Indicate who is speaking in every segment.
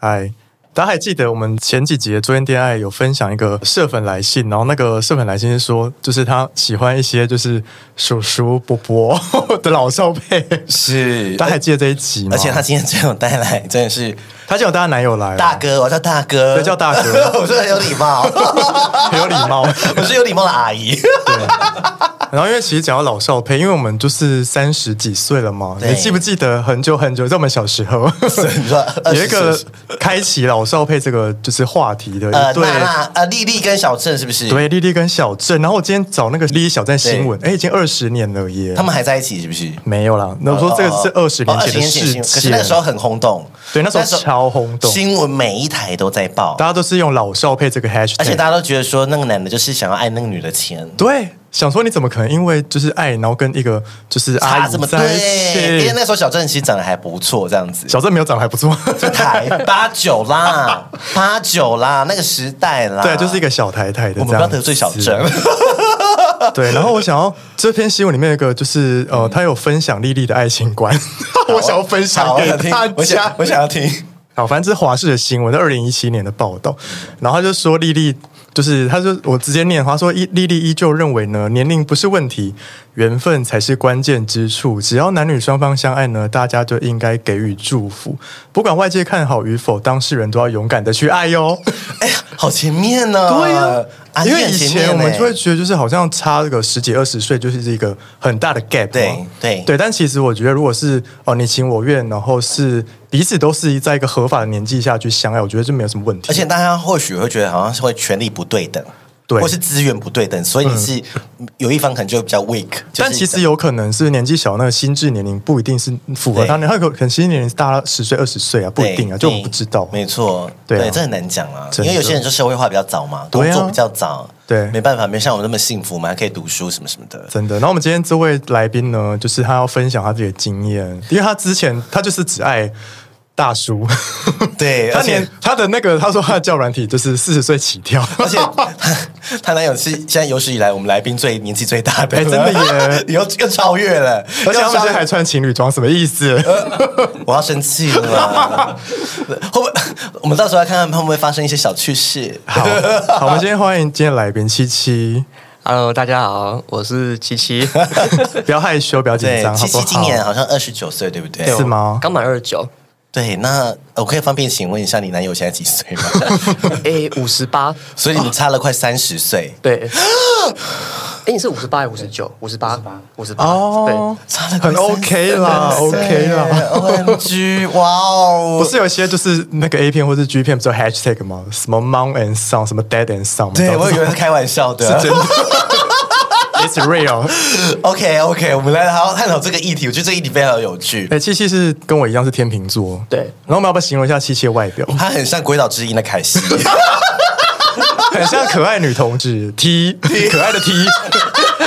Speaker 1: 嗨，大家还记得我们前几集的昨天恋爱有分享一个社粉来信，然后那个社粉来信是说，就是他喜欢一些就是叔叔伯 伯的老少配，
Speaker 2: 是，
Speaker 1: 大家还记得这一集吗？
Speaker 2: 而且他今天真有带来，真的是
Speaker 1: 他叫我大家男友来了，啊
Speaker 2: 大哥，我叫大哥，
Speaker 1: 对叫大哥
Speaker 2: 我是很有礼 貌，
Speaker 1: 很有礼貌。
Speaker 2: 我是有礼貌的阿姨。
Speaker 1: 然后因为其实讲到老少配，因为我们就是三十几岁了嘛，
Speaker 2: 对
Speaker 1: 你记不记得很久很久在我们小时候？
Speaker 2: 你说
Speaker 1: 有一
Speaker 2: 24
Speaker 1: 个
Speaker 2: 岁
Speaker 1: 开启老少配这个就是话题的嗯
Speaker 2: 呃，
Speaker 1: 一对
Speaker 2: 娜娜，呃，丽丽跟小郑是不是？，
Speaker 1: 对丽丽跟小郑，然后我今天找那个丽丽小郑新闻，哎，已经二十年了耶
Speaker 2: 嗯他。们还在一起是不是？
Speaker 1: 没有啦，那我说这个是
Speaker 2: 哦哦
Speaker 1: 二十年
Speaker 2: 哦
Speaker 1: 前的事
Speaker 2: 20新闻可是那个时
Speaker 1: 情
Speaker 2: 候，很轰动，
Speaker 1: 对那时候超轰动
Speaker 2: 新闻每一台都在报
Speaker 1: 大，家都是用老少配这个 hashtag，
Speaker 2: 而且大家都觉得说那个男的就是想要爱那个女的钱。
Speaker 1: 对想说你怎么可能因为就是爱，然后跟一个就是阿
Speaker 2: 差
Speaker 1: 姨
Speaker 2: 这么对
Speaker 1: 啊在，
Speaker 2: 因为
Speaker 1: 一起？
Speaker 2: 那时候小郑其实长得还不错，这样 子。
Speaker 1: 小郑没有长得还不错，
Speaker 2: 台八九啦，八九啦，那个时代 啦，
Speaker 1: 对，就是一个小太太的
Speaker 2: 我
Speaker 1: 这样子。
Speaker 2: 们不要得罪小郑，
Speaker 1: 对，然后我想要这篇新闻里面有一个，就是呃，他有分享丽丽的爱情观， 我想要分
Speaker 2: 好，
Speaker 1: 享
Speaker 2: 我
Speaker 1: 给
Speaker 2: 想听
Speaker 1: 大，
Speaker 2: 我
Speaker 1: 家
Speaker 2: 想，。我想要听，
Speaker 1: 好，反正这是华视的新闻，在二零一七年的报道，然后他就说丽丽。就是，他说我直接念，他说依丽丽依旧认为呢，年龄不是问题，缘分才是关键之处。只要男女双方相爱呢，大家就应该给予祝福，不管外界看好与否，当事人都要勇敢的去爱哟。
Speaker 2: 哎呀，好前面呢，
Speaker 1: 对呀、
Speaker 2: 啊，
Speaker 1: 呃因
Speaker 2: 你
Speaker 1: 为
Speaker 2: 很
Speaker 1: 以
Speaker 2: 前
Speaker 1: 前
Speaker 2: 面
Speaker 1: 我们
Speaker 2: 呢
Speaker 1: 就会觉得，就是好像差个十几二十岁，就是一个很大的 gap 嘛。
Speaker 2: 对对
Speaker 1: 对，但其实我觉得，如果是哦你情我愿，然后是彼此都是在一个合法的年纪下去相爱，我觉得这没有什么问题。
Speaker 2: 而且大家或许会觉得好像是会权力不对等，
Speaker 1: 对嗯
Speaker 2: 或是资源不对等，所以你是有一方可能就比较 weak，就是
Speaker 1: 但其实有可能是年纪小，那个心智年龄不一定是符合
Speaker 2: 对
Speaker 1: 他，那他可可能心智年龄是大十岁、二十岁啊，不一定啊，
Speaker 2: 对
Speaker 1: 就我们不知道。
Speaker 2: 没错，
Speaker 1: 对啊
Speaker 2: 对，这很难讲啊，
Speaker 1: 真
Speaker 2: 因
Speaker 1: 的
Speaker 2: 为有些人就社会化比较早嘛，
Speaker 1: 对
Speaker 2: 工
Speaker 1: 啊
Speaker 2: 作比较早，
Speaker 1: 对
Speaker 2: 没办法，没像我们那么幸福嘛，还可以读书什么什么的，
Speaker 1: 真的。然后我们今天这位来宾呢，就是他要分享他自己的经验，因为他之前他就是只爱大叔，
Speaker 2: 对，
Speaker 1: 他
Speaker 2: 哎而且
Speaker 1: 连他的那个，他说他的教软体就是四十岁起跳，
Speaker 2: 而且她她男友是现在有史以来我们来宾最年纪最大的了，
Speaker 1: 哎真的 耶
Speaker 2: 又又超越了，
Speaker 1: 而且他
Speaker 2: 又
Speaker 1: 们现
Speaker 2: 超
Speaker 1: 在还穿情侣装，什么意思？
Speaker 2: 呃我要生气 了，会不会？我们到时候来看看会不会发生一些小趣事。
Speaker 1: 好，好，我们今天欢迎今天来宾七七，
Speaker 3: Hello，大家好，我是七七，
Speaker 1: 不要害羞，不要紧
Speaker 2: 对，
Speaker 1: 张，好
Speaker 2: 七
Speaker 1: 不好？
Speaker 2: 七今年好像二十九岁，对不对？
Speaker 1: 是吗
Speaker 3: 刚满二十九，
Speaker 2: 对，那呃我可以方便请问一下，你男友现在几岁 吗？
Speaker 3: 诶，哎五十八，
Speaker 2: 所以你们差了快三十岁，
Speaker 3: 对。诶，你是五十八还是五十九？五十八，五十八。
Speaker 1: 哦，
Speaker 2: 差了快
Speaker 1: 很 OK 啦，OK 啦。
Speaker 2: ，OMG，哇
Speaker 1: 不
Speaker 2: 哦！
Speaker 1: 是有一些就是那个 A 片或是 G 片不是有 hashtag 吗？什么 mom and son，什么 dad and son，
Speaker 2: 对，
Speaker 1: 你
Speaker 2: 我
Speaker 1: 知
Speaker 2: 以
Speaker 1: 道
Speaker 2: 为
Speaker 1: 吗
Speaker 2: 是开玩笑的。
Speaker 1: 真的 ，It's real。
Speaker 2: OK OK，我们来好好探讨这个议题，我觉得这个议题非常有趣。
Speaker 1: 哎，七七是跟我一样是天秤座，
Speaker 3: 对
Speaker 1: 然后我们要不要形容一下七七的外表？
Speaker 2: 他很像《鬼岛之音》的凯西，
Speaker 1: 很像可爱女同志 T，可爱的 T。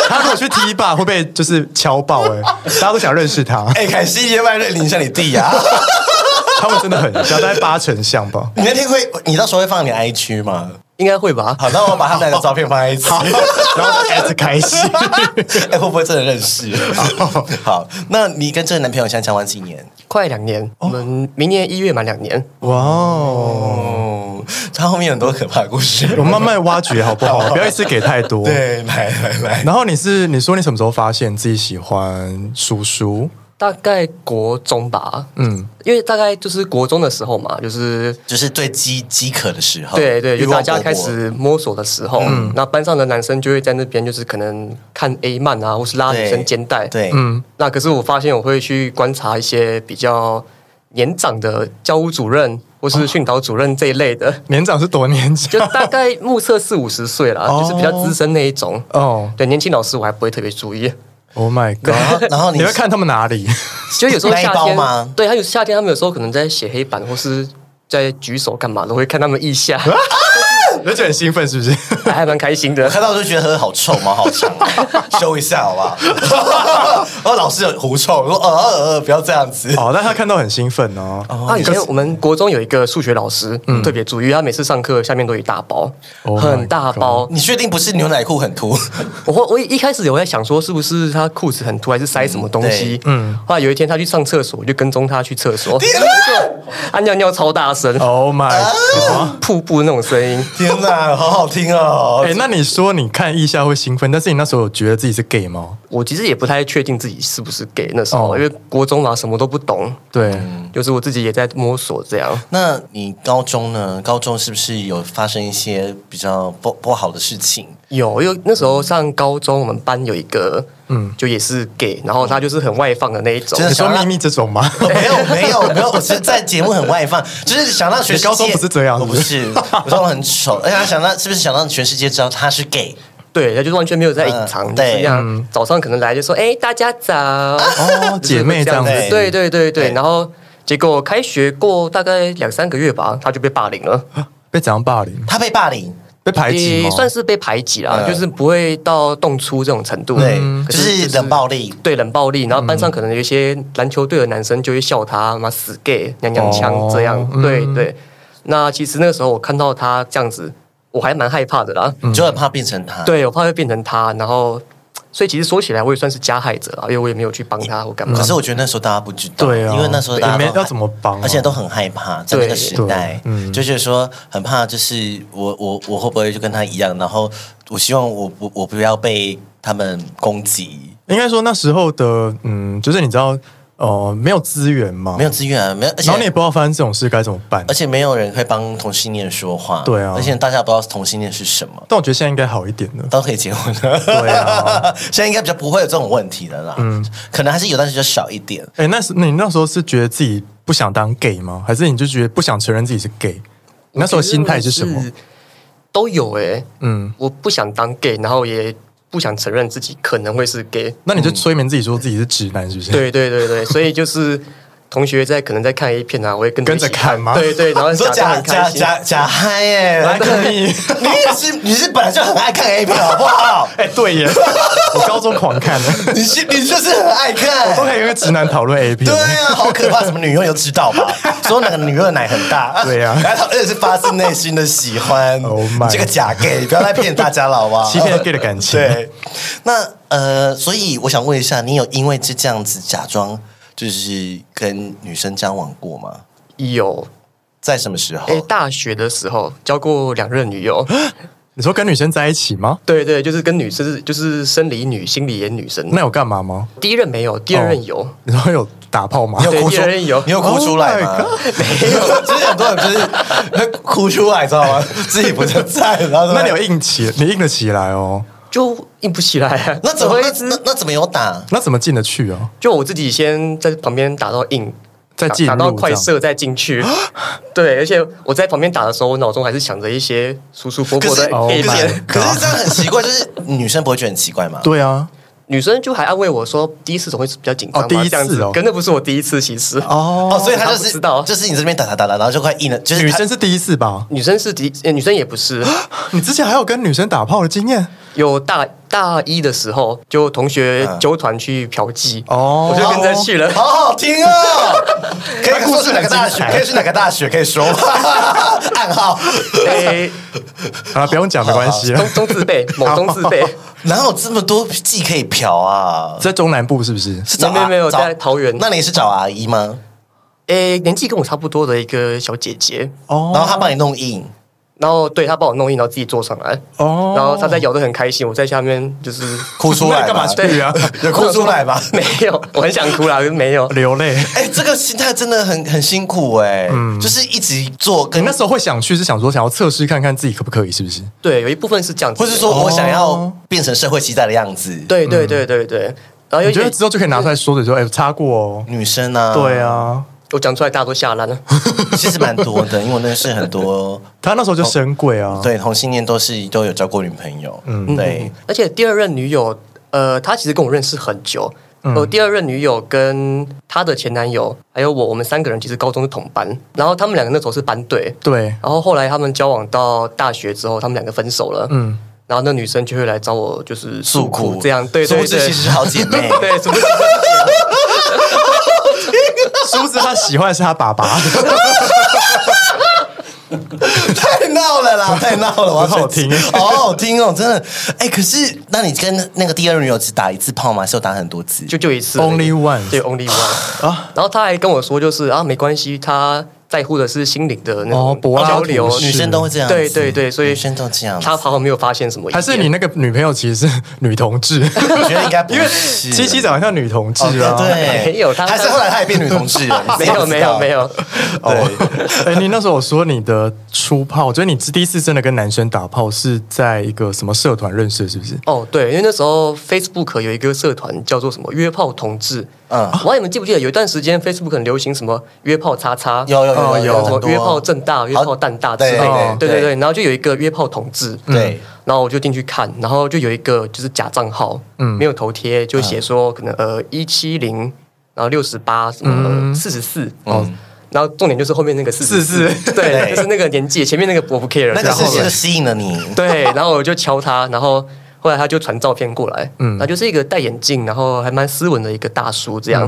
Speaker 1: 她如果去 T 吧，会被就是敲爆哎、大家都想认识她，
Speaker 2: 哎、凯西，你要不要认领一下你弟呀、啊？
Speaker 1: 他们真的很像，大概八成像吧。
Speaker 2: 你那天会，你到时候会放你 IG 吗？
Speaker 3: 应该会吧。
Speaker 2: 好，那我把他们两个照片放在一起。
Speaker 1: 然后 S 开心，
Speaker 2: 哎、会不会真的认 识？好，那你跟这个男朋友现在交往几年？
Speaker 3: 快两年，我们明年一月满两年。
Speaker 1: 哇哦！
Speaker 2: 哦，他后面有很多可怕的故事。
Speaker 1: 我慢慢挖掘好不好？不要一次给太多。。
Speaker 2: 对，来来来，
Speaker 1: 然后你是你说你什么时候发现自己喜欢叔叔？
Speaker 3: 大概国中吧，
Speaker 1: 嗯，
Speaker 3: 因为大概就是国中的时候嘛，就是
Speaker 2: 就是最饥饥渴的时候，
Speaker 3: 对对，
Speaker 2: 欲
Speaker 3: 就
Speaker 2: 望
Speaker 3: 大家
Speaker 2: 勃勃
Speaker 3: 开始摸索的时候，那班上的男生就会在那边就是可能看 A 漫啊，或是拉女生肩带，
Speaker 2: 对，
Speaker 1: 嗯，
Speaker 3: 那可是我发现我会去观察一些比较年长的教务主任或是训导主任这一类的，
Speaker 1: 年长是多年长
Speaker 3: 就 大概目测四五十岁啦，
Speaker 1: 哦
Speaker 3: 就是比较资深那一种。
Speaker 1: 哦。
Speaker 3: 对，年轻老师我还不会特别注意。
Speaker 1: Oh my god！
Speaker 2: 然后然后你
Speaker 1: 你会看他们哪 里？
Speaker 3: 就有时候
Speaker 2: 那一
Speaker 3: 夏
Speaker 2: 包
Speaker 3: 天
Speaker 2: 吗
Speaker 3: 对，还有夏天，他们有时候可能在写黑板或是在举手干嘛的，我会看他们腋 下，
Speaker 1: 而且很兴奋，是不是？
Speaker 3: 还还蛮开心的。
Speaker 2: 看到就觉得好臭，毛好长，啊 修一下好不好？然后老师有狐臭，我说呃呃呃，不要这样子。
Speaker 1: 哦，但他看到很兴奋哦。
Speaker 3: 啊，以前我们国中有一个数学老师，特别注意，他每次上课下面都有一大包
Speaker 1: Oh my
Speaker 3: 很大包。
Speaker 2: 你确定不是牛奶裤很凸？
Speaker 3: 我会我一开始有在想说，是不是他裤子很凸，还是塞什么东西？嗯，后来有一天他去上厕所，我就跟踪他去厕所，结果他尿尿超大声，
Speaker 1: Oh my！god！
Speaker 3: 瀑布那种声音。
Speaker 2: 天 哪，好好听哦！
Speaker 1: 哎，那你说你看腋下会兴奋，但是你那时候有觉得自己是 gay 吗？
Speaker 3: 我其实也不太确定自己是不是 gay 那时候，
Speaker 1: 哦
Speaker 3: 因为国中嘛什么都不懂，
Speaker 1: 对，
Speaker 3: 就是我自己也在摸索这样。
Speaker 2: 那你高中呢？高中是不是有发生一些比较不不好的事情？
Speaker 3: 有，因为那时候上高中，我们班有一个，嗯，就也是 gay，然后他就是很外放的那一种
Speaker 2: 真。的
Speaker 1: 你说
Speaker 2: 想要
Speaker 1: 秘密这种吗？
Speaker 2: 哦 没有没有没 有，我是在节目很外放，就是想让全世界
Speaker 1: 你高中不是这样
Speaker 2: 我不是，我说我很丑，而且他想让是不是想让全世界知道他是 gay？
Speaker 3: 对，他就是完全没有在隐藏，
Speaker 2: 嗯
Speaker 3: 就是
Speaker 2: 对
Speaker 3: 这样。早上可能来就说：“哎，大家 早。”
Speaker 1: 哦，姐妹这样子
Speaker 2: 对。
Speaker 3: 对对对对，
Speaker 2: 对
Speaker 3: 然后结果开学过大概两三个月吧，他就被霸凌了，
Speaker 1: 被怎样霸凌？
Speaker 2: 他被霸凌，
Speaker 1: 被排挤吗？
Speaker 3: 也算是被排挤啦，
Speaker 2: 嗯
Speaker 3: 就是不会到动粗这种程度。
Speaker 2: 对，
Speaker 3: 可
Speaker 2: 就是是冷暴力。
Speaker 3: 对冷暴力，然后班上可能有一些篮球队的男生就会笑他妈死 gay 娘娘腔这样，
Speaker 1: 哦
Speaker 3: 对
Speaker 1: 嗯
Speaker 3: 对。那其实那个时候我看到他这样子，我还蛮害怕的
Speaker 1: 嗯
Speaker 3: 啦。
Speaker 2: 就很怕变成他。，
Speaker 3: 对，我怕会变成他，然后所以其实说起来我也算是加害者啊，因为我也没有去帮他或干嘛
Speaker 2: 可。是我觉得那时候大家不知道，
Speaker 1: 嗯对啊
Speaker 2: 因为那时候大家
Speaker 1: 也
Speaker 2: 都
Speaker 1: 没
Speaker 2: 很害
Speaker 1: 要怎么帮啊
Speaker 2: 而且都很害怕，在那个
Speaker 3: 对
Speaker 2: 时
Speaker 1: 对
Speaker 2: 代，
Speaker 1: 嗯
Speaker 2: 就觉得说很怕，就是我我我会不会就跟他一样？然后我希望我不我不要被他们攻击，
Speaker 1: 应该说那时候的，嗯，就是你知道，呃，没有资源嘛，
Speaker 2: 没有资源啊，没有，而
Speaker 1: 然后你也
Speaker 2: 且
Speaker 1: 不知道发生这种事该怎么办
Speaker 2: 而。且没有人会帮同性恋说话，
Speaker 1: 对啊
Speaker 2: 而且大家不知道同性恋是什么。
Speaker 1: 但我觉得现在应该好一点了。
Speaker 2: 都可以结婚了，
Speaker 1: 对啊
Speaker 2: 现在应该比较不会有这种问题了啦。嗯，可能还是有，但是就少一点。
Speaker 1: 哎、那是那你那时候是觉得自己不想当 gay 吗？还是你就觉得不想承认自己是 gay？你那时候心态是什么？？
Speaker 3: 都有哎、
Speaker 1: 嗯，
Speaker 3: 我不想当 gay，然后也不想承认自己可能会是 gay。
Speaker 1: 那你就催眠自己说自己是直男，是不是？，
Speaker 3: 对对对对，所以就是同学在可能在看 A 片啊，我会跟
Speaker 1: 跟着
Speaker 3: 一起
Speaker 1: 看吗
Speaker 3: 对对，然后
Speaker 2: 你说
Speaker 3: 假
Speaker 2: 假
Speaker 3: 装很开
Speaker 2: 假
Speaker 3: 心。
Speaker 2: 假假嗨耶、
Speaker 1: 来看你。
Speaker 2: 你也是，你是本来就很爱看 A 片，好不 好？
Speaker 1: 哎、对耶，我高中狂看的，
Speaker 2: 你是你就是很爱
Speaker 1: 都
Speaker 2: 看。
Speaker 1: 可以跟直男讨论 A 片。
Speaker 2: 对啊，好可怕！什么女优都知道吧？说哪个女优的奶很大，
Speaker 1: 对啊
Speaker 2: 然后而且是发自内心的喜欢。
Speaker 1: Oh
Speaker 2: 你
Speaker 1: my
Speaker 2: 这个假 gay，不要再骗大家了，好不好？
Speaker 1: 欺骗 gay 的感情
Speaker 2: 对，那呃，所以我想问一下，你有因为是这样子假装就是跟女生交往过吗？
Speaker 1: 哦
Speaker 3: 有
Speaker 2: 在什么时候？
Speaker 3: 哎、大学的时候交过两任女友，
Speaker 1: 你说跟女生在一起吗？
Speaker 3: 对对，就是跟女生，就是生理女、心理也女生。
Speaker 1: 那有哦干嘛吗？
Speaker 3: 第一任没有，第二任有。
Speaker 1: 你说有打炮吗
Speaker 2: 你？有哭
Speaker 3: 对
Speaker 2: 出
Speaker 3: 别人有
Speaker 2: 你有哭出来吗
Speaker 1: Oh？
Speaker 2: 没有，其实很多人就是哭出来，知道 吗？自己不是在，然后说
Speaker 1: 那你有硬起，你硬得起来哦？
Speaker 3: 就硬不起来、啊，
Speaker 2: 那怎么
Speaker 3: 我
Speaker 2: 那
Speaker 3: 会
Speaker 2: 那那怎么有打？
Speaker 1: 那怎么进得去啊？
Speaker 3: 就我自己先在旁边打到硬，
Speaker 1: 再
Speaker 3: 打
Speaker 1: 进入啊
Speaker 3: 打到快射再进去。对，而且我在旁边打的时候，我脑中还是想着一些舒舒服
Speaker 2: 可
Speaker 3: 服
Speaker 2: 是
Speaker 3: 的 Oh A
Speaker 2: 可
Speaker 1: 可哦
Speaker 2: 是
Speaker 3: 片。
Speaker 2: 可是这样很奇怪，就是女生不会觉得很奇怪吗？
Speaker 1: 对啊，
Speaker 3: 女生就还安慰我说，第一次总会比较紧张嘛，
Speaker 1: 哦第一次
Speaker 3: 这样子
Speaker 1: 哦
Speaker 3: 可那不是我第一次，其实
Speaker 1: 哦，
Speaker 2: 哦，所以她就
Speaker 3: 她
Speaker 2: 是
Speaker 3: 不知道
Speaker 2: 就是你这边打打打打，然后就快硬了，就是
Speaker 1: 女
Speaker 2: 她
Speaker 1: 生是第一次吧？
Speaker 3: 女生是第，呃女生也不是，
Speaker 1: 你之前还有跟女生打炮的经验？
Speaker 3: 有大大一的时候，就同学纠团去嫖妓，
Speaker 1: 哦
Speaker 3: 我就跟着去了。
Speaker 2: 好好听 哦。可以说是哪个大
Speaker 1: 故事很精
Speaker 2: 学？
Speaker 1: 彩
Speaker 2: 可以是哪个大学？可以说吗 暗号。
Speaker 3: 哎，
Speaker 1: 好了，不用讲，没关系了
Speaker 2: 哦
Speaker 3: 中。中字辈，某中字
Speaker 1: 哦
Speaker 3: 辈，
Speaker 2: 哪有这么多季可以嫖啊？
Speaker 1: 在中南部是不是？
Speaker 2: 是找
Speaker 3: 没有没有
Speaker 2: 找
Speaker 3: 在桃园
Speaker 2: 那你是找阿姨吗？
Speaker 3: 哎，年纪跟我差不多的一个小姐姐，
Speaker 1: 哦，
Speaker 2: 然后她帮你弄硬。
Speaker 3: 然后对她帮我弄硬，然后自己坐上来，
Speaker 1: 哦
Speaker 3: 然后她在摇得很开心，我在下面就是？
Speaker 2: 哭出来吧
Speaker 1: 那干嘛去啊？
Speaker 2: 有哭出来吧
Speaker 3: 没有，我很想哭啦，没有，
Speaker 1: 流泪。
Speaker 2: 哎、这个心态真的很很辛苦哎、
Speaker 3: 嗯
Speaker 2: 就是一直做
Speaker 1: 你
Speaker 2: 跟
Speaker 1: 那时候会想去，是想说想要测试看看自己可不可以，是不是？
Speaker 3: 对，有一部分是这样子
Speaker 2: 或
Speaker 3: 的，
Speaker 2: 是说我想要变成社会期待的样子。，
Speaker 3: 哦对对对对对，然后
Speaker 1: 我
Speaker 3: 有
Speaker 1: 觉得之后就可以拿出来说的说，哎，擦过哦。
Speaker 2: 女生啊，
Speaker 1: 对，啊，
Speaker 3: 我讲出来大家都吓烂了，
Speaker 2: 其实蛮多的，因为我认识很 多
Speaker 1: 他那时候
Speaker 2: 哦
Speaker 1: 就深贵啊。
Speaker 2: 对同性恋都是都有交过女朋友，嗯，对。
Speaker 3: 而且第二任女友。呃，他其实跟我认识很久。
Speaker 2: 嗯
Speaker 3: 我第二任女友跟她的前男友，还有我，我们三个人其实高中是同班，然后他们两个那时候是班队，
Speaker 1: 对，
Speaker 3: 然后后来他们交往到大学之后，他们两个分手了。
Speaker 1: 嗯，
Speaker 3: 然后那女生就会来找我，就是诉苦这样，对
Speaker 2: 殊
Speaker 3: 对
Speaker 2: 不知
Speaker 3: 对
Speaker 2: 其，实是好姐妹。
Speaker 3: 对，什么
Speaker 1: 殊不知他喜欢是他爸爸，
Speaker 2: 太闹了啦，太闹 了，我要
Speaker 1: 很好
Speaker 2: 生气
Speaker 1: 听
Speaker 2: 好好听哦，真的。哎、可是那你跟那个第二女友只打一次炮吗？是有打很多次？
Speaker 3: 就就一 次
Speaker 1: Only one
Speaker 3: 对，only one
Speaker 1: 啊
Speaker 3: 啊。然后他还跟我说，就是啊，没关系，他在乎的是心灵的那
Speaker 1: 哦
Speaker 3: 种
Speaker 1: 柏拉
Speaker 3: 交
Speaker 1: 图
Speaker 3: 流，
Speaker 1: 式
Speaker 2: 女生都会这样子，
Speaker 3: 对对对，所以
Speaker 2: 女生都这样子。
Speaker 3: 他好像没有发现什么疑点，
Speaker 1: 还是你那个女朋友其实是女同志？
Speaker 2: 我觉得应该不是
Speaker 1: 七七长得像女同志
Speaker 2: 哦
Speaker 1: 啊，
Speaker 2: 对，
Speaker 3: 没有他
Speaker 2: 还是后来她也变女同志了？
Speaker 3: 没有没有没有，
Speaker 1: 哦，哎、你那时候有说你的初炮，就是你第一次真的跟男生打炮是在一个什么社团认识的，是不是？
Speaker 3: 哦，对，因为那时候 Facebook 有一个社团叫做什么“约炮同志”，
Speaker 2: 嗯
Speaker 3: 嗯，我不知道你们记不记得有一段时间 Facebook 很流行什么“约炮叉叉”，
Speaker 2: 有有有
Speaker 3: 哦
Speaker 2: 有
Speaker 3: 有什
Speaker 2: 很
Speaker 3: 么
Speaker 2: 多
Speaker 3: 约炮正大、约炮蛋大之
Speaker 2: 对
Speaker 3: 类的，
Speaker 2: 对对
Speaker 3: 对对对，然后就有一个约炮同志，
Speaker 2: 对
Speaker 3: 嗯然后我就进去看，然后就有一个就是假账号，嗯，没有头贴，就
Speaker 2: 嗯
Speaker 3: 写说可能呃一七零，然后六十八什么四十四，哦。
Speaker 2: 嗯
Speaker 3: 然后重点就是后面那个四
Speaker 1: 44
Speaker 3: 对，就是那个年纪，前面那个我不 care，
Speaker 2: 那个
Speaker 3: 然后
Speaker 2: 事情就吸引了你，
Speaker 3: 对，然后我就敲他，然后后来他就传照片过来，嗯，他就是一个戴眼镜，然后还蛮斯文的一个大叔这样，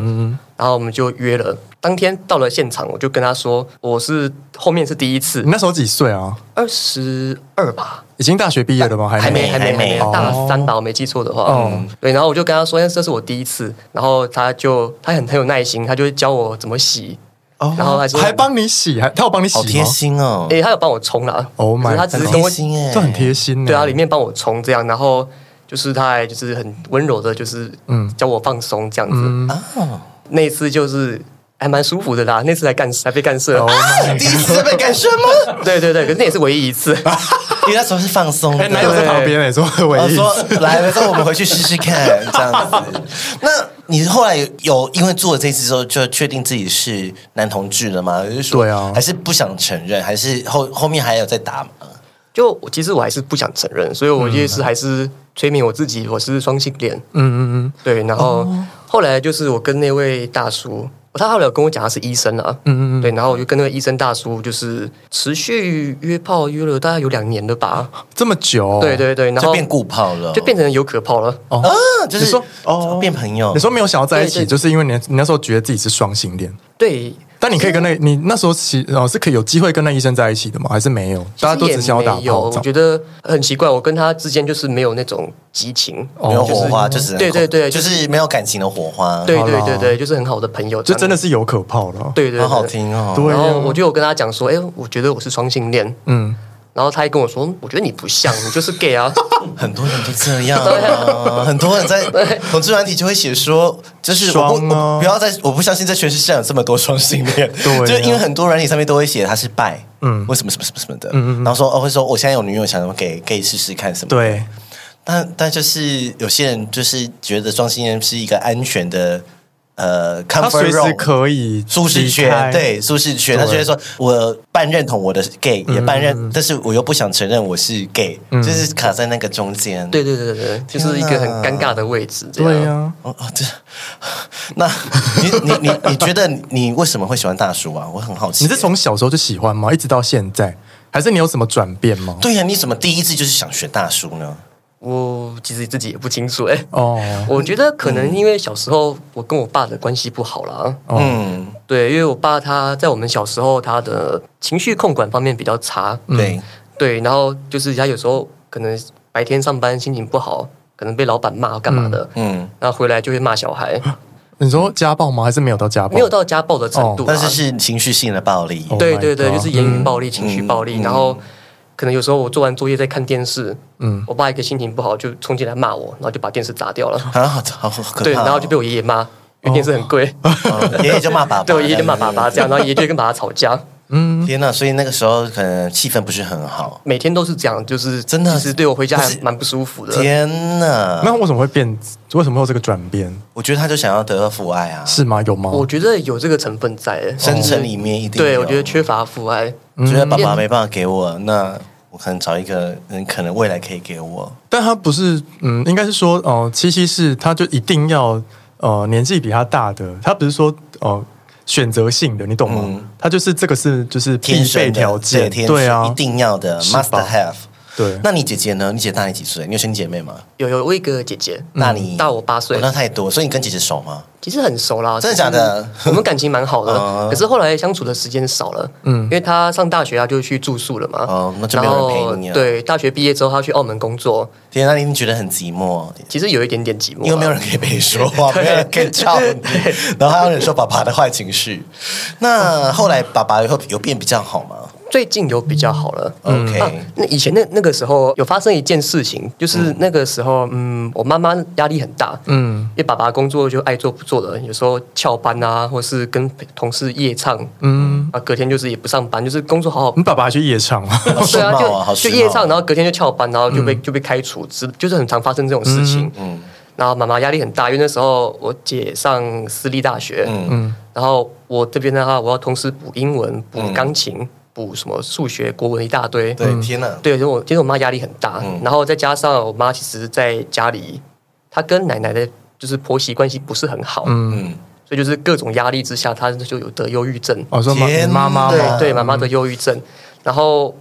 Speaker 3: 然后我们就约了。当天到了现场，我就跟他说我是后面是第一次
Speaker 1: 你，那时候几岁啊？
Speaker 3: 二十二吧，
Speaker 1: 已经大学毕业了吗？还
Speaker 3: 还
Speaker 1: 没
Speaker 3: 没
Speaker 2: 还没
Speaker 3: 还没还没
Speaker 1: 还没
Speaker 3: 大
Speaker 1: 哦
Speaker 3: 三吧，我没记错的话，
Speaker 1: 哦
Speaker 3: 嗯，对，然后我就跟他说，哎这是我第一次，然后他就他很很有耐心，他就会教我怎么洗，
Speaker 1: 哦
Speaker 3: 然后还说
Speaker 1: 还帮你洗，还他有帮你洗
Speaker 2: 好
Speaker 1: 吗？
Speaker 2: 贴心哦。
Speaker 3: 哎，他有帮我冲了，
Speaker 1: Oh my
Speaker 3: 可是他只是
Speaker 2: 很
Speaker 3: 跟
Speaker 2: 贴
Speaker 3: 我
Speaker 2: 心哎，
Speaker 1: 这很贴心欸呢、
Speaker 3: 对啊，里面帮我冲这样，然后就是他还就是很温柔的，就是嗯教我放松这样子。
Speaker 1: 嗯
Speaker 3: 那一次就是还蛮舒服的啦，那次还干还被干涉，
Speaker 1: Oh my-
Speaker 2: 啊第一次被干涉吗？
Speaker 3: 对对对，可是那也是唯一 一次。
Speaker 2: 因为那时候是放松的，
Speaker 1: 哎、男友在旁边哎、欸，说我
Speaker 2: 我
Speaker 1: 意思
Speaker 2: 哦说来了之后我们回去试试看，这样 子。那你后来有因为做了这次之后就确定自己是男同志了吗？还是说
Speaker 1: 对啊
Speaker 2: 还是不想承认，还是后后面还有在打吗？
Speaker 3: 就我其实我还是不想承认，所以我也是还是催眠我自己，我是双性恋。
Speaker 1: 嗯嗯嗯嗯
Speaker 3: 对，然后后来就是我跟那位大叔，他后来有跟我讲他是医生啊，
Speaker 1: 嗯嗯嗯
Speaker 3: 对，然后我就跟那个医生大叔就是持续约炮约了大概有两年了吧，
Speaker 1: 这么久、
Speaker 3: 对。对对，然
Speaker 2: 就
Speaker 3: 后
Speaker 2: 变固炮了，
Speaker 3: 就变成有可泡了。
Speaker 1: 哦，
Speaker 2: 啊，就是
Speaker 1: 你说哦
Speaker 2: 变朋友
Speaker 1: 你。说没有想要在一
Speaker 3: 对
Speaker 1: 起，
Speaker 3: 对
Speaker 1: 就是因为你你那时候觉得自己是双性恋，
Speaker 3: 对，
Speaker 1: 但你可以跟那，你那时候其哦是可以有机会跟那医生在一起的吗？还是没有？大家都只想要打
Speaker 3: 其实也没有
Speaker 1: 炮
Speaker 3: 我
Speaker 1: 仗，
Speaker 3: 觉得很奇怪，我跟他之间就是没有那种激情。
Speaker 1: 哦
Speaker 2: 没有火花，就
Speaker 3: 就是是对对对
Speaker 2: 就
Speaker 3: 就是
Speaker 2: 是没有感情的火花，
Speaker 3: 对
Speaker 1: 好啦
Speaker 3: 对对对，就是很好的朋友，
Speaker 1: 就真的
Speaker 3: 是
Speaker 1: 是有可泡了。，
Speaker 3: 对对，对
Speaker 2: 好好。听哦。
Speaker 1: 对
Speaker 3: 然
Speaker 1: 啊
Speaker 3: 后我就有跟他讲说，哎，我觉得我是双性恋。
Speaker 1: 嗯，
Speaker 3: 然后他还跟我说，嗯我觉得你不像，你就是 gay 啊。
Speaker 2: 很多人都这样、啊，很多人在同志软体就会写说，就是我不、
Speaker 1: 双啊
Speaker 2: 我不要再，我不相信这全世界上有这么多双性恋，
Speaker 1: 对啊
Speaker 2: 就因为很多软体上面都会写他是拜，嗯
Speaker 1: 嗯，
Speaker 2: 为什么什么什么什么的，然后说哦会说我现在有女友，想要给给试试看什么，，
Speaker 1: 对，
Speaker 2: 但但就是有些人就是觉得双性恋是一个安全的呃
Speaker 1: 他
Speaker 2: comfort
Speaker 1: 随时
Speaker 2: zone。
Speaker 1: 可以
Speaker 2: 舒适
Speaker 1: 离
Speaker 2: 圈
Speaker 1: 开，
Speaker 2: 对舒适圈，他觉得说我半认同我的 gay，也
Speaker 1: 嗯
Speaker 2: 半认，但是我又不想承认我是 gay，就是卡在那个中间。
Speaker 3: 对对对对对，就是一个很尴尬的位置。这样
Speaker 1: 对啊呀、
Speaker 2: 哦哦，这 那你你你你觉得你为什么会喜欢大叔啊？我很好奇。
Speaker 1: 你是从小时候就喜欢吗？一直到现在，还是你有什么转变吗？
Speaker 2: 对呀、你怎么第一次就是想学大叔呢？
Speaker 3: 我其实自己也不清楚哎。
Speaker 1: 哦，
Speaker 3: 我觉得可能因为小时候我跟我爸的关系不好啦，
Speaker 1: 哦
Speaker 2: 嗯，
Speaker 3: 对，因为我爸他在我们小时候他的情绪控管方面比较差，
Speaker 1: 嗯
Speaker 2: 对，
Speaker 3: 对，然后就是他有时候可能白天上班心情不好，可能被老板骂干嘛的，
Speaker 2: 嗯，
Speaker 3: 然后回来就会骂小 孩，
Speaker 1: 你说家暴吗？还是没有到家暴？
Speaker 3: 没有到家暴的程度、
Speaker 2: 哦
Speaker 3: 啊
Speaker 2: 但是是情绪性的暴力。
Speaker 1: 哦
Speaker 3: 对
Speaker 1: Oh my
Speaker 3: 对对，
Speaker 2: 啊
Speaker 1: God
Speaker 3: 就是言语
Speaker 2: 嗯
Speaker 3: 暴力、情绪暴力，然后可能有时候我做完作业在看电视，
Speaker 1: 嗯
Speaker 3: 嗯，我爸一个心情不好就冲进来骂我，然后就把电视砸掉了，
Speaker 2: 啊，好好好可怕、哦！
Speaker 3: 对，然后就被我爷爷骂，因为电视很贵，
Speaker 2: 哦爷爷就骂爸爸，
Speaker 3: 对我爷爷就骂爸爸这样，然后爷爷就跟爸爸吵架。
Speaker 2: 天哪！所以那个时候可能气氛不是很好。
Speaker 3: 每天都是这样，就是
Speaker 2: 真的
Speaker 3: 其实对我回家
Speaker 2: 不
Speaker 3: 还
Speaker 2: 是
Speaker 3: 蛮不舒服的。
Speaker 2: 天
Speaker 1: 那
Speaker 2: 哪！
Speaker 1: 为什么会变？为什么会有这个转变？
Speaker 2: 我觉得他就想要得到父爱啊，
Speaker 1: 是吗？有吗？
Speaker 3: 我觉得有这个成分在，欸
Speaker 2: 深层里面一定有嗯
Speaker 3: 对我觉得缺乏父爱。
Speaker 2: 觉得爸爸没办法给我，那我可能找一个人，可能未来可以给我。
Speaker 1: 但他不是，嗯，应该是说，哦、七七是他就一定要，呃，年纪比他大的，他不是说，哦、选择性的，你懂吗？
Speaker 2: 嗯
Speaker 1: 他就是这个是就是必
Speaker 2: 天生
Speaker 1: 备
Speaker 2: 的
Speaker 1: 条件，
Speaker 2: 对天
Speaker 1: 对啊，
Speaker 2: 生一定要的
Speaker 1: 是吧
Speaker 2: must have。
Speaker 1: 对
Speaker 2: 那你姐姐呢？你姐大你几岁？你有兄弟姐妹吗？
Speaker 3: 有有我一个姐姐，
Speaker 2: 嗯
Speaker 3: 嗯
Speaker 2: 大你
Speaker 3: 大我八岁
Speaker 2: 哦那太多，所以你跟姐姐熟吗？
Speaker 3: 其实很熟啦，
Speaker 2: 真的假的
Speaker 3: 就是我们感情蛮 好
Speaker 2: 哦
Speaker 3: 的，可是后来相处的时间少了，嗯，因为他上大学他就去住宿了嘛，
Speaker 2: 哦那就没
Speaker 3: 然
Speaker 2: 有人
Speaker 3: 后
Speaker 2: 陪你了
Speaker 3: 对，大学毕业之后他去澳门工作，
Speaker 2: 天啊，那你觉得很寂寞，
Speaker 3: 其实有一点点寂寞啦，
Speaker 2: 因为没有人可以陪你说话， 没有人可以叫你，然后还要忍受爸爸的坏情绪。那后来爸爸有有变比较好吗？
Speaker 3: 最近有比较好了。
Speaker 2: OK
Speaker 3: 啊那以前那那个时候有发生一件事情，就是那个时候，嗯，我妈妈压力很大，嗯，因为爸爸工作就爱做不做的，有时候翘班啊，或是跟同事夜唱，嗯，啊，隔天就是也不上班，就是工作好好
Speaker 1: 你。爸爸去夜场吗？
Speaker 2: 好时
Speaker 3: 对啊，
Speaker 2: 髦啊，嗯好
Speaker 3: 就
Speaker 2: 时
Speaker 3: 就
Speaker 2: 髦
Speaker 3: 夜唱，然后隔天就翘班，然后就被、就被开除，只就是很常发生这种事情。嗯，然后妈妈压力很大，因为那时候我姐上私立大学，嗯嗯，然后我这边的话，我要同时补英文、补钢琴、补什么数学、国文一大堆。
Speaker 2: 嗯对，嗯天哪！
Speaker 3: 对，所以我其实我妈压力很大，然后再加上我妈其实在家里，她跟奶奶的就是婆媳关系不是很好，
Speaker 2: 嗯，
Speaker 3: 所以就是各种压力之下，她就有得忧郁症。
Speaker 1: 我说妈
Speaker 2: 天
Speaker 1: 妈妈
Speaker 2: 哪
Speaker 1: 吗？
Speaker 3: 哦对妈妈的忧郁症，然后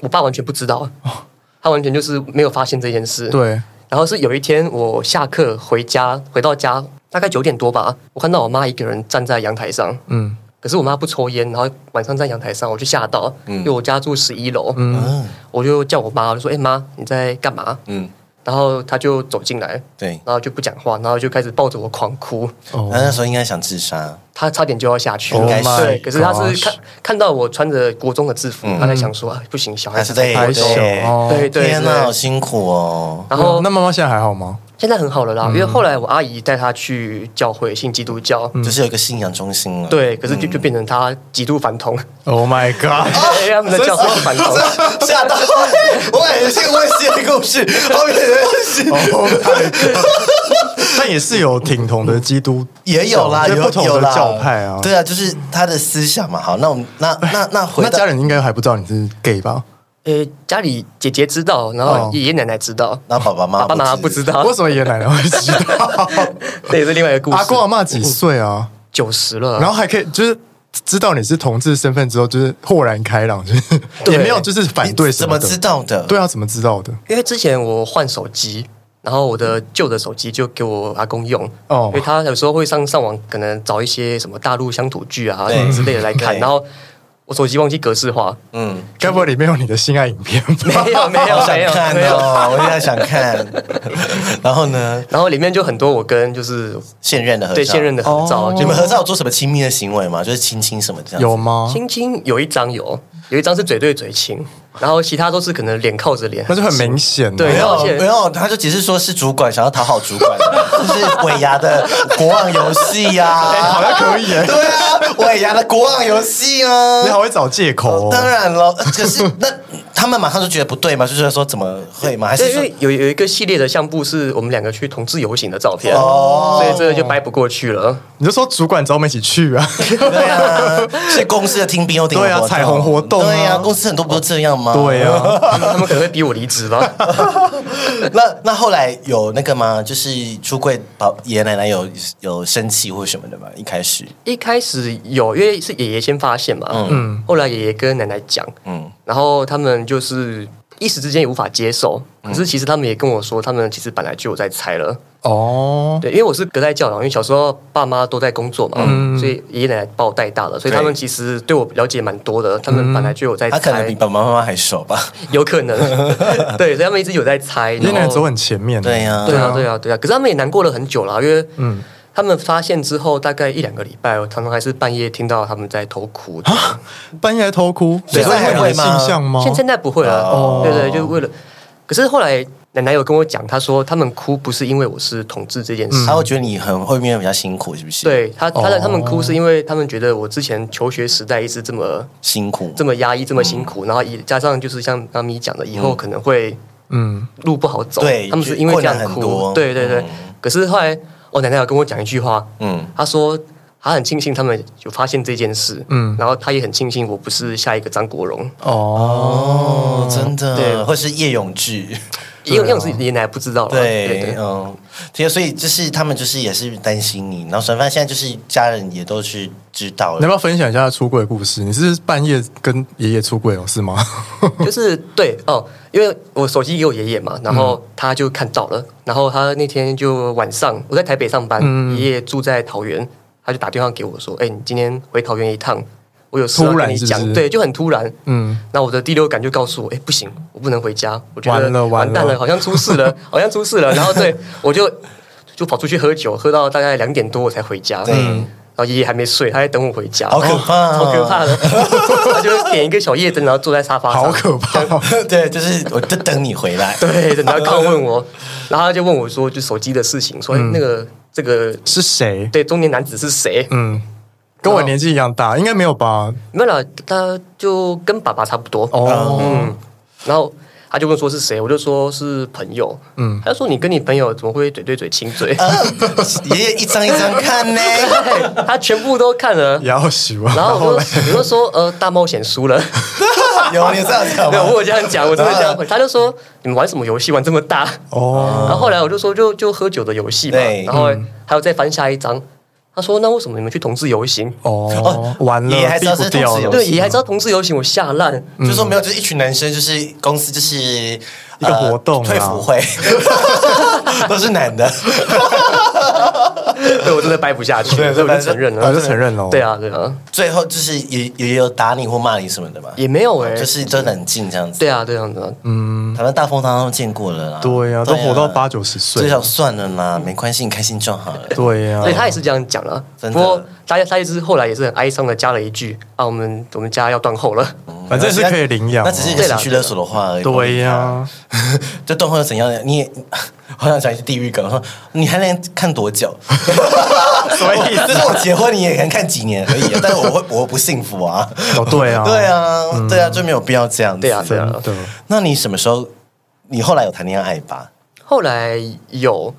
Speaker 3: 我爸完全不知道，他完全就是没有发现这件事。，
Speaker 1: 对，
Speaker 3: 然后是有一天我下课回家，回到家大概九点多吧，我看到我妈一个人站在阳台上，
Speaker 1: 嗯，
Speaker 3: 可是我妈不抽烟，然后晚上在阳台上，我就吓到，因为我家住十一楼，
Speaker 2: 嗯
Speaker 3: 我就叫我妈，我就说：“哎、妈，你在干嘛
Speaker 2: 嗯，？”
Speaker 3: 然后她就走进来，
Speaker 2: 对。
Speaker 3: 然后就不讲话，然后就开始抱着我狂哭，
Speaker 1: 哦
Speaker 2: 他，那时候应该想自杀，
Speaker 3: 他差点就要下去了，
Speaker 2: 应该是
Speaker 3: 对，可是他是
Speaker 1: Oh gosh 嗯
Speaker 3: 看看到我穿着国中的制服，他在想说，哎，不行，小孩
Speaker 2: 还
Speaker 3: 子
Speaker 2: 是
Speaker 3: 在
Speaker 2: 在
Speaker 3: 国
Speaker 1: 拍
Speaker 3: 中
Speaker 1: 手，哦
Speaker 3: 对对
Speaker 2: 天哪，好
Speaker 3: 对。
Speaker 2: 辛苦哦。
Speaker 3: 然后
Speaker 1: 那嗯妈妈现在还好吗？
Speaker 3: 现在很好了啦，因为后来我阿姨带他去教会信基督教，
Speaker 1: 嗯
Speaker 2: 就是有一个信仰中心了。啊
Speaker 3: 对，可是就就变成他极度 反同，
Speaker 1: Oh my god！
Speaker 3: 因 为他们的教会反同。
Speaker 2: 吓到！我感觉这个我也是的故事，后面也是
Speaker 1: 但也是有挺同的基督，
Speaker 2: 也有啦，
Speaker 1: 就
Speaker 2: 有
Speaker 1: 不同
Speaker 2: 有
Speaker 1: 的
Speaker 2: 啦
Speaker 1: 教派啊。
Speaker 2: 对啊，就是他的思想嘛。好，那我们那那那回
Speaker 1: 那
Speaker 2: 到
Speaker 1: 家人应该还不知道你是 gay 吧？
Speaker 3: 呃，家里姐姐知道，然
Speaker 1: 哦
Speaker 3: 后爷爷奶奶知道，
Speaker 2: 那爸爸妈
Speaker 3: 爸爸妈妈不知，道
Speaker 1: 为，什么爷爷奶奶会知道？
Speaker 3: 这也是另外一个故
Speaker 1: 阿公阿
Speaker 3: 事。
Speaker 1: 妈几岁啊？
Speaker 3: 九十了，
Speaker 1: 然后还可以就是知道你是同志身份之后，就是豁然开朗，就是
Speaker 3: 对
Speaker 1: 也没有就是反对
Speaker 2: 你
Speaker 1: 什
Speaker 2: 怎
Speaker 1: 么
Speaker 2: 么
Speaker 1: 的
Speaker 2: 知。道的？
Speaker 1: 对啊，怎么知道的？
Speaker 3: 因为之前我换手机，然后我的旧的手机就给我阿公用，
Speaker 1: 哦
Speaker 3: 因为他有时候会上上网，可能找一些什么大陆乡土剧啊
Speaker 2: 对
Speaker 3: 什么之类的来看，
Speaker 2: 对
Speaker 3: 然后我手机忘记格式化，
Speaker 2: 嗯，
Speaker 1: 该不会里面有你的性爱影片
Speaker 3: 没
Speaker 1: 吧？
Speaker 3: 有没
Speaker 2: 好
Speaker 3: 有
Speaker 2: 想
Speaker 3: 没有
Speaker 2: 看
Speaker 3: 没有，
Speaker 2: 哦，我现在想看。然后呢，
Speaker 3: 然后里面就很多我跟就是
Speaker 2: 现任的合照，
Speaker 3: 对现任的合照，
Speaker 1: 哦
Speaker 3: 就
Speaker 2: 你们合照有做什么亲密的行为吗？就是亲亲什么这样？
Speaker 1: 有，吗？
Speaker 3: 亲亲有一张有，有一张是嘴对嘴亲，然后其他都是可能脸靠着脸，
Speaker 1: 那就很明显啊。
Speaker 3: 对
Speaker 2: 没
Speaker 3: 然后
Speaker 2: 有
Speaker 3: 现
Speaker 2: 没有，他就只是说是主管想要讨好主 管，就是尾牙的国王游戏呀，
Speaker 1: 好像可以耶。
Speaker 2: 对啊，尾牙的国王游戏啊
Speaker 1: 你。好会找借口
Speaker 2: 当
Speaker 1: 哦。
Speaker 2: 然了，可是那他们马上就觉得不对嘛，就是说怎么会嘛？还是
Speaker 3: 对，因
Speaker 2: 说
Speaker 3: 为有有一个系列的相簿是我们两个去同志游行的照片，
Speaker 2: 哦
Speaker 3: 所以这个就掰不过去了。
Speaker 1: 你就说主管找我们一起去 啊。
Speaker 2: 对啊，是公司的听兵又听
Speaker 1: 对啊彩虹活动啊
Speaker 2: 对啊，公司很多不都这样吗？
Speaker 1: 对啊，
Speaker 3: 他们可能会逼我离职吧。
Speaker 2: 那那后来有那个吗？就是出柜，宝爷爷奶奶有有生气或什么的吗？一开始，
Speaker 3: 一开始有，因为是爷爷先发现嘛，嗯，后来爷爷跟奶奶讲，
Speaker 2: 嗯，
Speaker 3: 然后他们就是一时之间也无法接受，
Speaker 2: 嗯
Speaker 3: 可是其实他们也跟我说，他们其实本来就有在猜了，
Speaker 1: 哦，
Speaker 3: 对，因为我是隔代教养，因为小时候爸妈都在工作嘛，所以爷爷奶奶把我带大了，所以
Speaker 2: 嗯对嗯
Speaker 3: 他们其实对我了解蛮多的，他们本来就有在
Speaker 2: 他可能
Speaker 3: 猜
Speaker 2: 比，爸爸妈妈还熟吧？
Speaker 3: 有可 能，对，所以他们一直有在猜，
Speaker 1: 爷爷奶奶
Speaker 3: 然后
Speaker 1: 走很前面。
Speaker 2: 对啊
Speaker 3: 对啊，对啊，对啊。可是他们也难过了很久了，因为嗯，他们发现之后大概一两个礼拜，我常常还是半夜听到他们在偷 哭。
Speaker 1: 半夜还偷哭，所
Speaker 2: 对
Speaker 1: 以
Speaker 2: 现在还
Speaker 1: 你
Speaker 2: 会
Speaker 1: 的
Speaker 2: 吗
Speaker 1: 性向吗？
Speaker 3: 现现在不会
Speaker 1: 哦
Speaker 3: 了，对对，就为了。可是后来奶奶有跟我讲，她说他们哭不是因为我是同志这件事。
Speaker 2: 他会觉得你很后面比较辛苦，是不是？，
Speaker 3: 嗯对她，她
Speaker 1: 哦
Speaker 3: 的他们哭是因为他们觉得我之前求学时代一直这么
Speaker 2: 辛苦
Speaker 3: 这么压抑，这么辛
Speaker 2: 嗯
Speaker 3: 苦，然后以加上就是像妈咪讲的，以后可能会
Speaker 1: 嗯，
Speaker 3: 路不好走，
Speaker 2: 对
Speaker 3: 他们是因为这样
Speaker 2: 困难很
Speaker 3: 哭
Speaker 2: 多，
Speaker 3: 对对对。
Speaker 2: 嗯
Speaker 3: 哦可是后来我奶奶有跟我讲一句话，
Speaker 2: 嗯
Speaker 3: 她说他很庆幸他们有发现这件事，嗯，然后他也很庆幸我不是下一个张国荣，
Speaker 2: 哦，真的，
Speaker 3: 对
Speaker 2: 或是叶永志，
Speaker 3: 因为因为我自己也还不知道啦，对
Speaker 2: 啊对，
Speaker 3: 对，
Speaker 2: 嗯，对，所以就是他们就是也是担心你，然后沈帆现在就是家人也都是知
Speaker 1: 你要
Speaker 2: 道了
Speaker 1: 不，要分享一下出柜的故事？你是半夜跟爷爷出柜哦，是吗？
Speaker 3: 就是对哦，因为我手机给我爷爷嘛，然后他就看到了，然后他那天就晚上我在台北上班，
Speaker 1: 嗯
Speaker 3: 爷爷住在桃园，他就打电话给我说：“哎，你今天回桃园一趟，我有事要
Speaker 1: 突然
Speaker 3: 跟你
Speaker 1: 是不
Speaker 3: 讲。
Speaker 1: 是
Speaker 3: 对，就很突然。
Speaker 1: 嗯，
Speaker 3: 那我的第六感就告诉我，哎，不行，我不能回家，我觉得
Speaker 1: 完了完了
Speaker 3: 蛋了，好像出事了，好像出事了。然后 对我就就跑出去喝酒，喝到大概两点多我才回家。
Speaker 2: 对
Speaker 3: 嗯然后爷爷还没睡，他在等我回家，哦
Speaker 2: 好可怕啊
Speaker 3: 好可怕的。 他就点一个小夜灯，然后坐在沙发上，
Speaker 1: 好可怕 哦、
Speaker 2: 对，就是我就等你回 来，
Speaker 3: 对，等他靠 问我，然后他就问我说，就手机的事情，说、
Speaker 1: 嗯
Speaker 3: 哎那个这个
Speaker 1: 是谁？
Speaker 3: 对中年男子是谁？
Speaker 1: 嗯，跟我年纪一样大，应该没有吧？
Speaker 3: 没有啦，他就跟爸爸差不多。
Speaker 1: 哦，
Speaker 3: 嗯，然后他就问说是谁，我就说是朋友。嗯，他就说你跟你朋友怎么会嘴对嘴亲嘴？
Speaker 2: 啊爷爷一张一张看 呢，
Speaker 3: 对他全部都看 了
Speaker 1: 也。要洗吧。
Speaker 3: 然后
Speaker 1: 哦后
Speaker 3: 我
Speaker 1: 嘞，
Speaker 3: 就我就说呃大冒险 输了，
Speaker 2: 有你有这样讲
Speaker 3: 没有
Speaker 2: 吗？
Speaker 3: 我有这样讲，我真的这样
Speaker 1: 啊
Speaker 3: 回。他就说你们玩什么游戏玩这么大？
Speaker 1: 哦，
Speaker 3: 然后后来我就说就就喝酒的游戏
Speaker 2: 嗯
Speaker 3: 嘛
Speaker 2: 对，嗯
Speaker 3: 然后还有再翻下一张。他说：“那为什么你们去同志游行？
Speaker 1: 哦，完了
Speaker 2: 爷爷，还知
Speaker 1: 避
Speaker 2: 道
Speaker 1: 不
Speaker 2: 是
Speaker 1: 掉
Speaker 2: 同志
Speaker 1: 了
Speaker 2: 游。
Speaker 3: 对，也还知道同志游行，我嗯 吓烂。
Speaker 2: 就说没有，就是一群男生，就是公司就是一
Speaker 1: 一个活动啊
Speaker 2: 退服 会， 都是男的，
Speaker 3: 对我真的掰不下去，所
Speaker 2: 对
Speaker 3: 以我就承认
Speaker 1: 啊
Speaker 3: 了，
Speaker 1: 就承认了
Speaker 3: 对啊，对啊，
Speaker 2: 最后就是也也有打你或骂你什么的嘛，
Speaker 3: 也没有哎，
Speaker 2: 啊就是嗯都冷静这样子。
Speaker 3: 对啊，对啊，对啊，
Speaker 2: 台湾大风当中见过了啦，
Speaker 1: 嗯对啊呀，都活到八九十岁
Speaker 2: 最，啊少算了啦，没关系，你开心就好了。
Speaker 1: 对啊呀
Speaker 3: 所以，他也是这样讲了。
Speaker 2: 真
Speaker 3: 不
Speaker 2: 的
Speaker 3: 过他他也是后来也是很哀伤的加了一句啊，我们我们家要断后了。
Speaker 2: 嗯
Speaker 1: 反正是可以领养哦
Speaker 2: 那。只是一个情绪勒索的话而已。
Speaker 1: 对啊呀，
Speaker 2: 这动画又怎样呢？你也 好想讲一些地狱梗，说你还能看多久？
Speaker 1: 什么意思
Speaker 2: 就是我结婚，你也能看几年而已啊、但是我会我不幸福啊。
Speaker 1: 哦，对啊，
Speaker 2: 对，啊，对啊，就没有必要这样子。
Speaker 3: 对啊对
Speaker 1: 真
Speaker 3: 啊
Speaker 1: 的。
Speaker 2: 那你什么时候？你后来有谈恋爱吧？
Speaker 3: 后来有，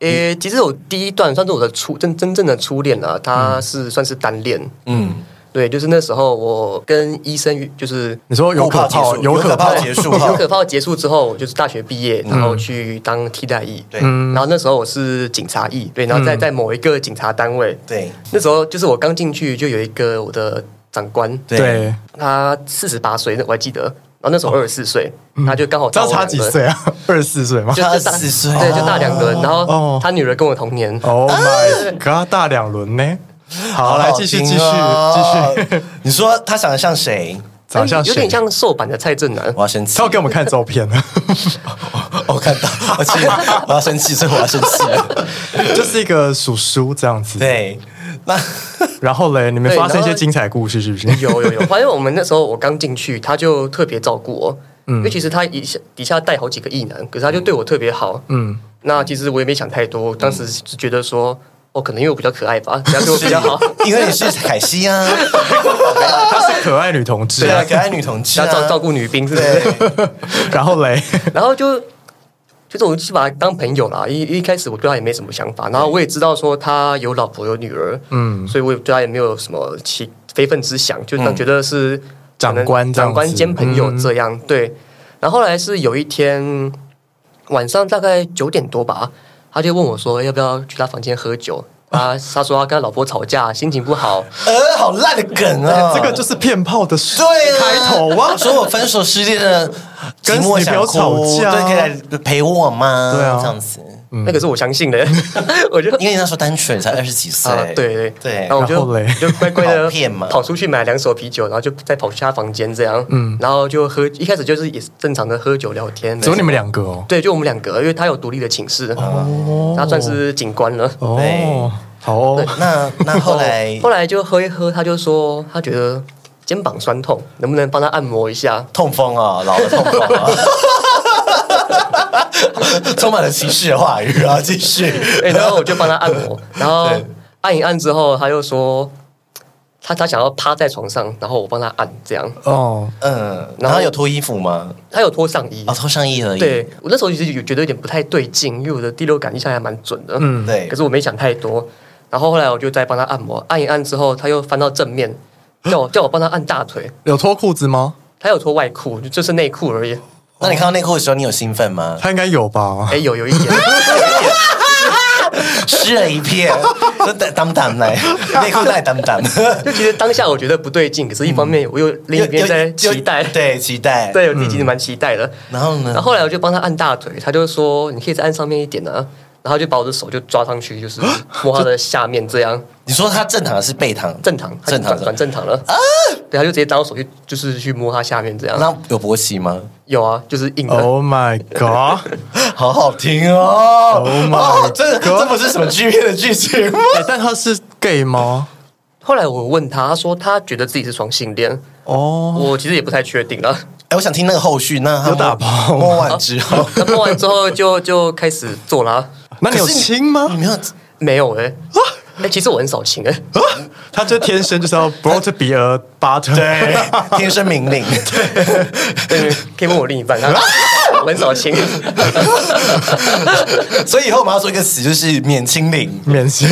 Speaker 3: 诶，其实我第一段算是我的初真真正的初恋了，他是算是单恋。
Speaker 2: 嗯，
Speaker 3: 对，就是那时候我跟医生就是
Speaker 1: 你说有可
Speaker 2: 泡
Speaker 1: 泡，有可泡
Speaker 2: 泡，结束
Speaker 3: 有
Speaker 2: 后，
Speaker 3: 可泡结束之后，我就是大学毕业，然后去当替代
Speaker 1: 嗯
Speaker 3: 役。
Speaker 2: 对
Speaker 3: 然后那时候我是警察役，对，然后在在某一个警察单位，
Speaker 2: 对
Speaker 3: 那时候就是我刚进去就有一个我的长官，
Speaker 1: 对，哦
Speaker 3: 他四十八岁，那我还记得。然后那时候二十四岁，
Speaker 1: 嗯
Speaker 3: 他就刚好
Speaker 1: 这
Speaker 3: 大
Speaker 1: 样
Speaker 3: 我
Speaker 1: 差
Speaker 3: 两
Speaker 1: 几
Speaker 3: 轮，
Speaker 1: 岁啊？ 二十四岁吗
Speaker 3: 就？就大
Speaker 2: 24岁
Speaker 3: 对，就大两轮。然后
Speaker 1: 哦
Speaker 3: 他女儿跟我同年，
Speaker 1: Oh my god！大两轮呢？好，来继续继续
Speaker 2: 啊
Speaker 1: 继续，
Speaker 2: 续。哦你说他长得像谁？
Speaker 1: 长相
Speaker 3: 哎有
Speaker 1: 谁
Speaker 3: 点？像瘦版的蔡正南
Speaker 2: 我。要生气
Speaker 1: 他要，给我们看照片 呢，哦
Speaker 2: 我看到，我气，我要生气，所以我要生 气了。
Speaker 1: 就是一个叔叔这样子。
Speaker 2: 对，那
Speaker 1: 然后嘞，你们
Speaker 3: 对
Speaker 1: 发生一
Speaker 3: 然后
Speaker 1: 些精彩故事是不是？
Speaker 3: 有有有，反正我们那时候我刚进去，他就特别照顾我，因为其实他一下底下带好几个异男，可是他就对我特别好。
Speaker 1: 嗯，
Speaker 3: 那其实我也没想太多，当时是觉得说，哦，可能因为我比较可爱 吧，人家对我比较好，
Speaker 2: 因为你是凯西啊，
Speaker 1: 她是 可爱女同志
Speaker 2: 对。啊，可爱女同 志
Speaker 3: 要
Speaker 2: 啊，
Speaker 3: 照照顾女兵，是不是？
Speaker 2: 对，
Speaker 1: 然后嘞，
Speaker 3: 然后就就是我就把他当朋友啦，一一开始我对他也没什么想法，然后我也知道说他有老婆有女儿，嗯，所以我也对他也没有什么其非分之想，就当觉得是
Speaker 1: 嗯长
Speaker 3: 可能
Speaker 1: 官这样子嗯
Speaker 3: 长官兼朋友这样、对。然后后来是有一天晚上大概九点多吧，他就问我说要不要去他房间喝酒。他他说他跟他老婆吵架，心情不好，
Speaker 2: 呃，好烂的梗啊，
Speaker 1: 这个就是骗炮的
Speaker 2: 对啊，
Speaker 1: 开头啊。
Speaker 2: 说我分手失恋了，
Speaker 1: 跟
Speaker 2: 寂寞想
Speaker 1: 女朋友
Speaker 2: 哭，
Speaker 1: 吵架
Speaker 2: 对，可以来陪我吗？
Speaker 1: 对啊
Speaker 2: 这样子，
Speaker 3: 那个是我相信的， 我就
Speaker 2: 因为你那时候单纯，才二十几岁
Speaker 3: 啊，，对对
Speaker 2: 对
Speaker 3: 然后我就
Speaker 1: 然后嘞
Speaker 3: 我就乖乖
Speaker 2: 好
Speaker 3: 的
Speaker 2: 骗嘛
Speaker 3: 跑出去买两手啤酒，然后就再跑去他房间这样，嗯，然后就喝，一开始就是也是正常的喝酒聊天，
Speaker 1: 只有你们两个哦。
Speaker 3: 对，就我们两个，因为他有独立的寝室，他算是警官了。
Speaker 1: 哦
Speaker 2: 哦对，
Speaker 1: 好哦，
Speaker 2: 那那后
Speaker 3: 然
Speaker 2: 来
Speaker 3: 后后来就喝一喝，他就说他觉得肩膀酸痛，能不能帮他按摩一下？
Speaker 2: 痛风啊，老了痛风 啊。充满了歧视的话语啊！继续，
Speaker 3: 哎，然后我就帮他按 摩，然后
Speaker 2: 对
Speaker 3: 按一按之后，他又说他他想要趴在床上，然后我帮他按这样，
Speaker 1: 哦，
Speaker 2: 嗯，
Speaker 3: 然
Speaker 2: 然
Speaker 3: 后
Speaker 2: 后有脱衣服吗？
Speaker 3: 他有脱上衣
Speaker 2: 哦，脱上衣而已。
Speaker 3: 对我那时候其实有觉得有点不太对劲，因为我的第六感印象还蛮准的，嗯
Speaker 2: 对
Speaker 3: 可是我没想太多。然后后来我就再帮他按摩，按一按之后，他又翻到正面，叫我叫我帮他按大腿，
Speaker 1: 有脱裤子吗？
Speaker 3: 他有脱外裤，就就是内裤而已。
Speaker 2: 那你看到内裤的时候，你有兴奋 吗？
Speaker 1: 他应该有吧
Speaker 3: 哎、？有有一点，
Speaker 2: 湿了一片，就当当 来，内裤带当当，
Speaker 3: 就其实当下我觉得不对劲，可是一方面我又另一边在期待，
Speaker 2: 对，期待，
Speaker 3: 对，我自己其实蛮期待的。
Speaker 2: 然后呢
Speaker 3: 然后后来我就帮他按大腿，他就说你可以再按上面一点啊，然后就把我的手就抓上去，就是摸他的下面这样，
Speaker 2: 你说他正躺是背躺，
Speaker 3: 正常，他就
Speaker 2: 正躺
Speaker 3: 转转正常了啊，对，他就直接拿我手去就是去摸他下面这样，
Speaker 2: 那有勃起 吗？
Speaker 3: 有啊，就是硬的。
Speaker 1: Oh my god！
Speaker 2: 好好听 哦
Speaker 1: Oh my
Speaker 2: 哦 这这不是什么剧片的剧情吗？
Speaker 1: 哎但他是 gay 吗？
Speaker 3: 后来我问他，他说他觉得自己是双性恋，
Speaker 1: 哦，
Speaker 3: 我其实也不太确定啊了。
Speaker 2: 哎，我想听那个后续，那他
Speaker 1: 有打炮吗哦
Speaker 2: 摸完之后，
Speaker 3: 他摸完之后就 就开始做啦，
Speaker 1: 那你有
Speaker 2: 可是
Speaker 1: 亲吗
Speaker 2: 你？没啊有
Speaker 3: 没有哎、欸，哎、其实我很少亲哎、
Speaker 1: 啊他这天生就是要 brought to be a butter。
Speaker 2: 对，天生 明令，
Speaker 3: 对，可以问我另一半，他我很少亲。
Speaker 2: 所以以后我们要做一个词，就是免清零。
Speaker 1: 免签，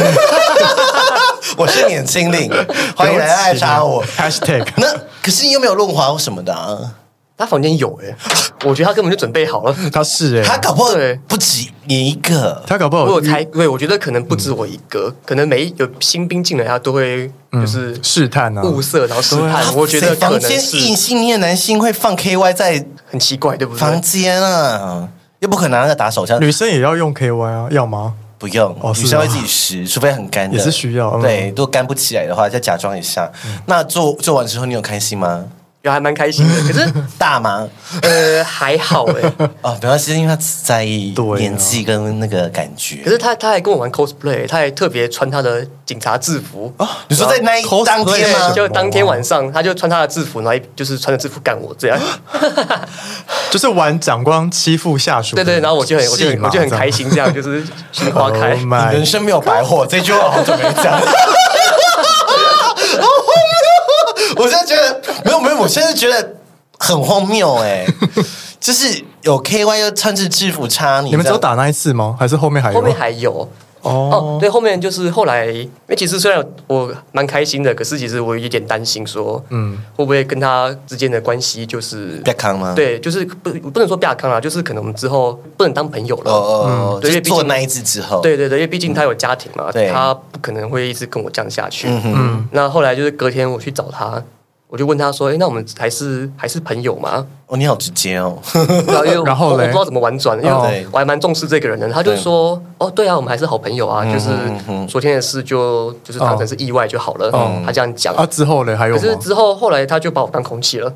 Speaker 2: 我是免清 零，欢迎来爱杀我。
Speaker 1: Hashtag
Speaker 2: 那可是你又没有润滑什么的啊，
Speaker 3: 他房间有哎、欸，我觉得他根本就准备好了。
Speaker 1: 他是哎、
Speaker 2: 他搞不好
Speaker 3: 对
Speaker 2: 不止你一个，
Speaker 1: 他搞不好
Speaker 3: 我有
Speaker 1: 遇
Speaker 3: 猜，对，我觉得可能不止我一个，可能每一有新兵进来，他都会就是
Speaker 1: 试探啊，
Speaker 3: 物色，然后试
Speaker 1: 对
Speaker 3: 探。我觉得
Speaker 2: 谁
Speaker 3: 可
Speaker 2: 啊房
Speaker 3: 能
Speaker 2: 间异
Speaker 3: 是
Speaker 2: 性恋男性会放 K Y 在
Speaker 3: 很奇怪，对不
Speaker 2: 房
Speaker 3: 对？
Speaker 2: 间啊，又不可能拿那个打手枪，
Speaker 1: 女生也要用 KY 啊，要吗？
Speaker 2: 不用，
Speaker 1: 哦
Speaker 2: 女
Speaker 1: 是
Speaker 2: 生
Speaker 1: 吗
Speaker 2: 会自己湿，除非很干的，
Speaker 1: 也是需要嗯嗯
Speaker 2: 对，如果干不起来的话，再假装一下。那做做完之后，你有开心吗？
Speaker 3: 就还蛮开心的，可是
Speaker 2: 大吗？
Speaker 3: 呃还好哎、
Speaker 2: 哦，没关系，因为他只在意
Speaker 1: 对啊
Speaker 2: 年纪跟那个感觉
Speaker 3: 可。是他他还跟我玩 cosplay，他还特别穿他的警察制服啊，
Speaker 2: 哦你说在那一当天
Speaker 1: 什么
Speaker 2: 吗
Speaker 1: 啊？
Speaker 3: 就当天晚上他就穿他的制服，然后就是穿着制服干我这样，
Speaker 1: 就是玩长官欺负下属的
Speaker 3: 对
Speaker 1: 戏嘛，
Speaker 3: 对，然后我就很我就很我就很开心，这样就是心花
Speaker 1: 这样。。
Speaker 3: 开
Speaker 1: Oh
Speaker 2: 你
Speaker 1: my
Speaker 2: 人生没有白
Speaker 1: 哎
Speaker 2: 活，这句话好久没 讲。我现在觉得没有没有，我现在觉得很荒谬哎、就是有 K Y 又穿着制服插你，
Speaker 1: 你们只有
Speaker 2: 这样
Speaker 1: 打那一次吗？还是后面还有？
Speaker 3: 后面还有。哦
Speaker 1: 哦，，
Speaker 3: 对，后面就是后来，因为其实虽然我蛮开心的，可是其实我有点担心说，嗯，会不会跟他之间的关系就是
Speaker 2: 不要康吗？，
Speaker 3: 对，就是不不能说不亚康啦，啊就是可能我们之后不能当朋友了。
Speaker 2: 哦哦哦，就
Speaker 3: 对因
Speaker 2: 是
Speaker 3: 为毕竟
Speaker 2: 做那一次之后，
Speaker 3: 对对对，因为毕竟他有家庭嘛，
Speaker 2: 对
Speaker 3: 他不可能会一直跟我这样下去。嗯，那后来就是隔天我去找他，我就问他说：“哎，那我们还是还是朋友 吗
Speaker 2: 哦，你好直接哦。？”
Speaker 3: 然后因为我
Speaker 1: 然后
Speaker 3: 我
Speaker 1: 嘞
Speaker 3: 不知道怎么婉转，因为
Speaker 1: 哦
Speaker 3: 我还蛮重视这个人的。他就
Speaker 2: 对
Speaker 3: 说：“哦，对啊，我们还是好朋友啊，就是昨天的事就就是当成是意外就好了。”他这样讲。
Speaker 1: 啊，之后嘞还有
Speaker 3: 可
Speaker 1: 吗
Speaker 3: 是？之后后来他就把我当空气了。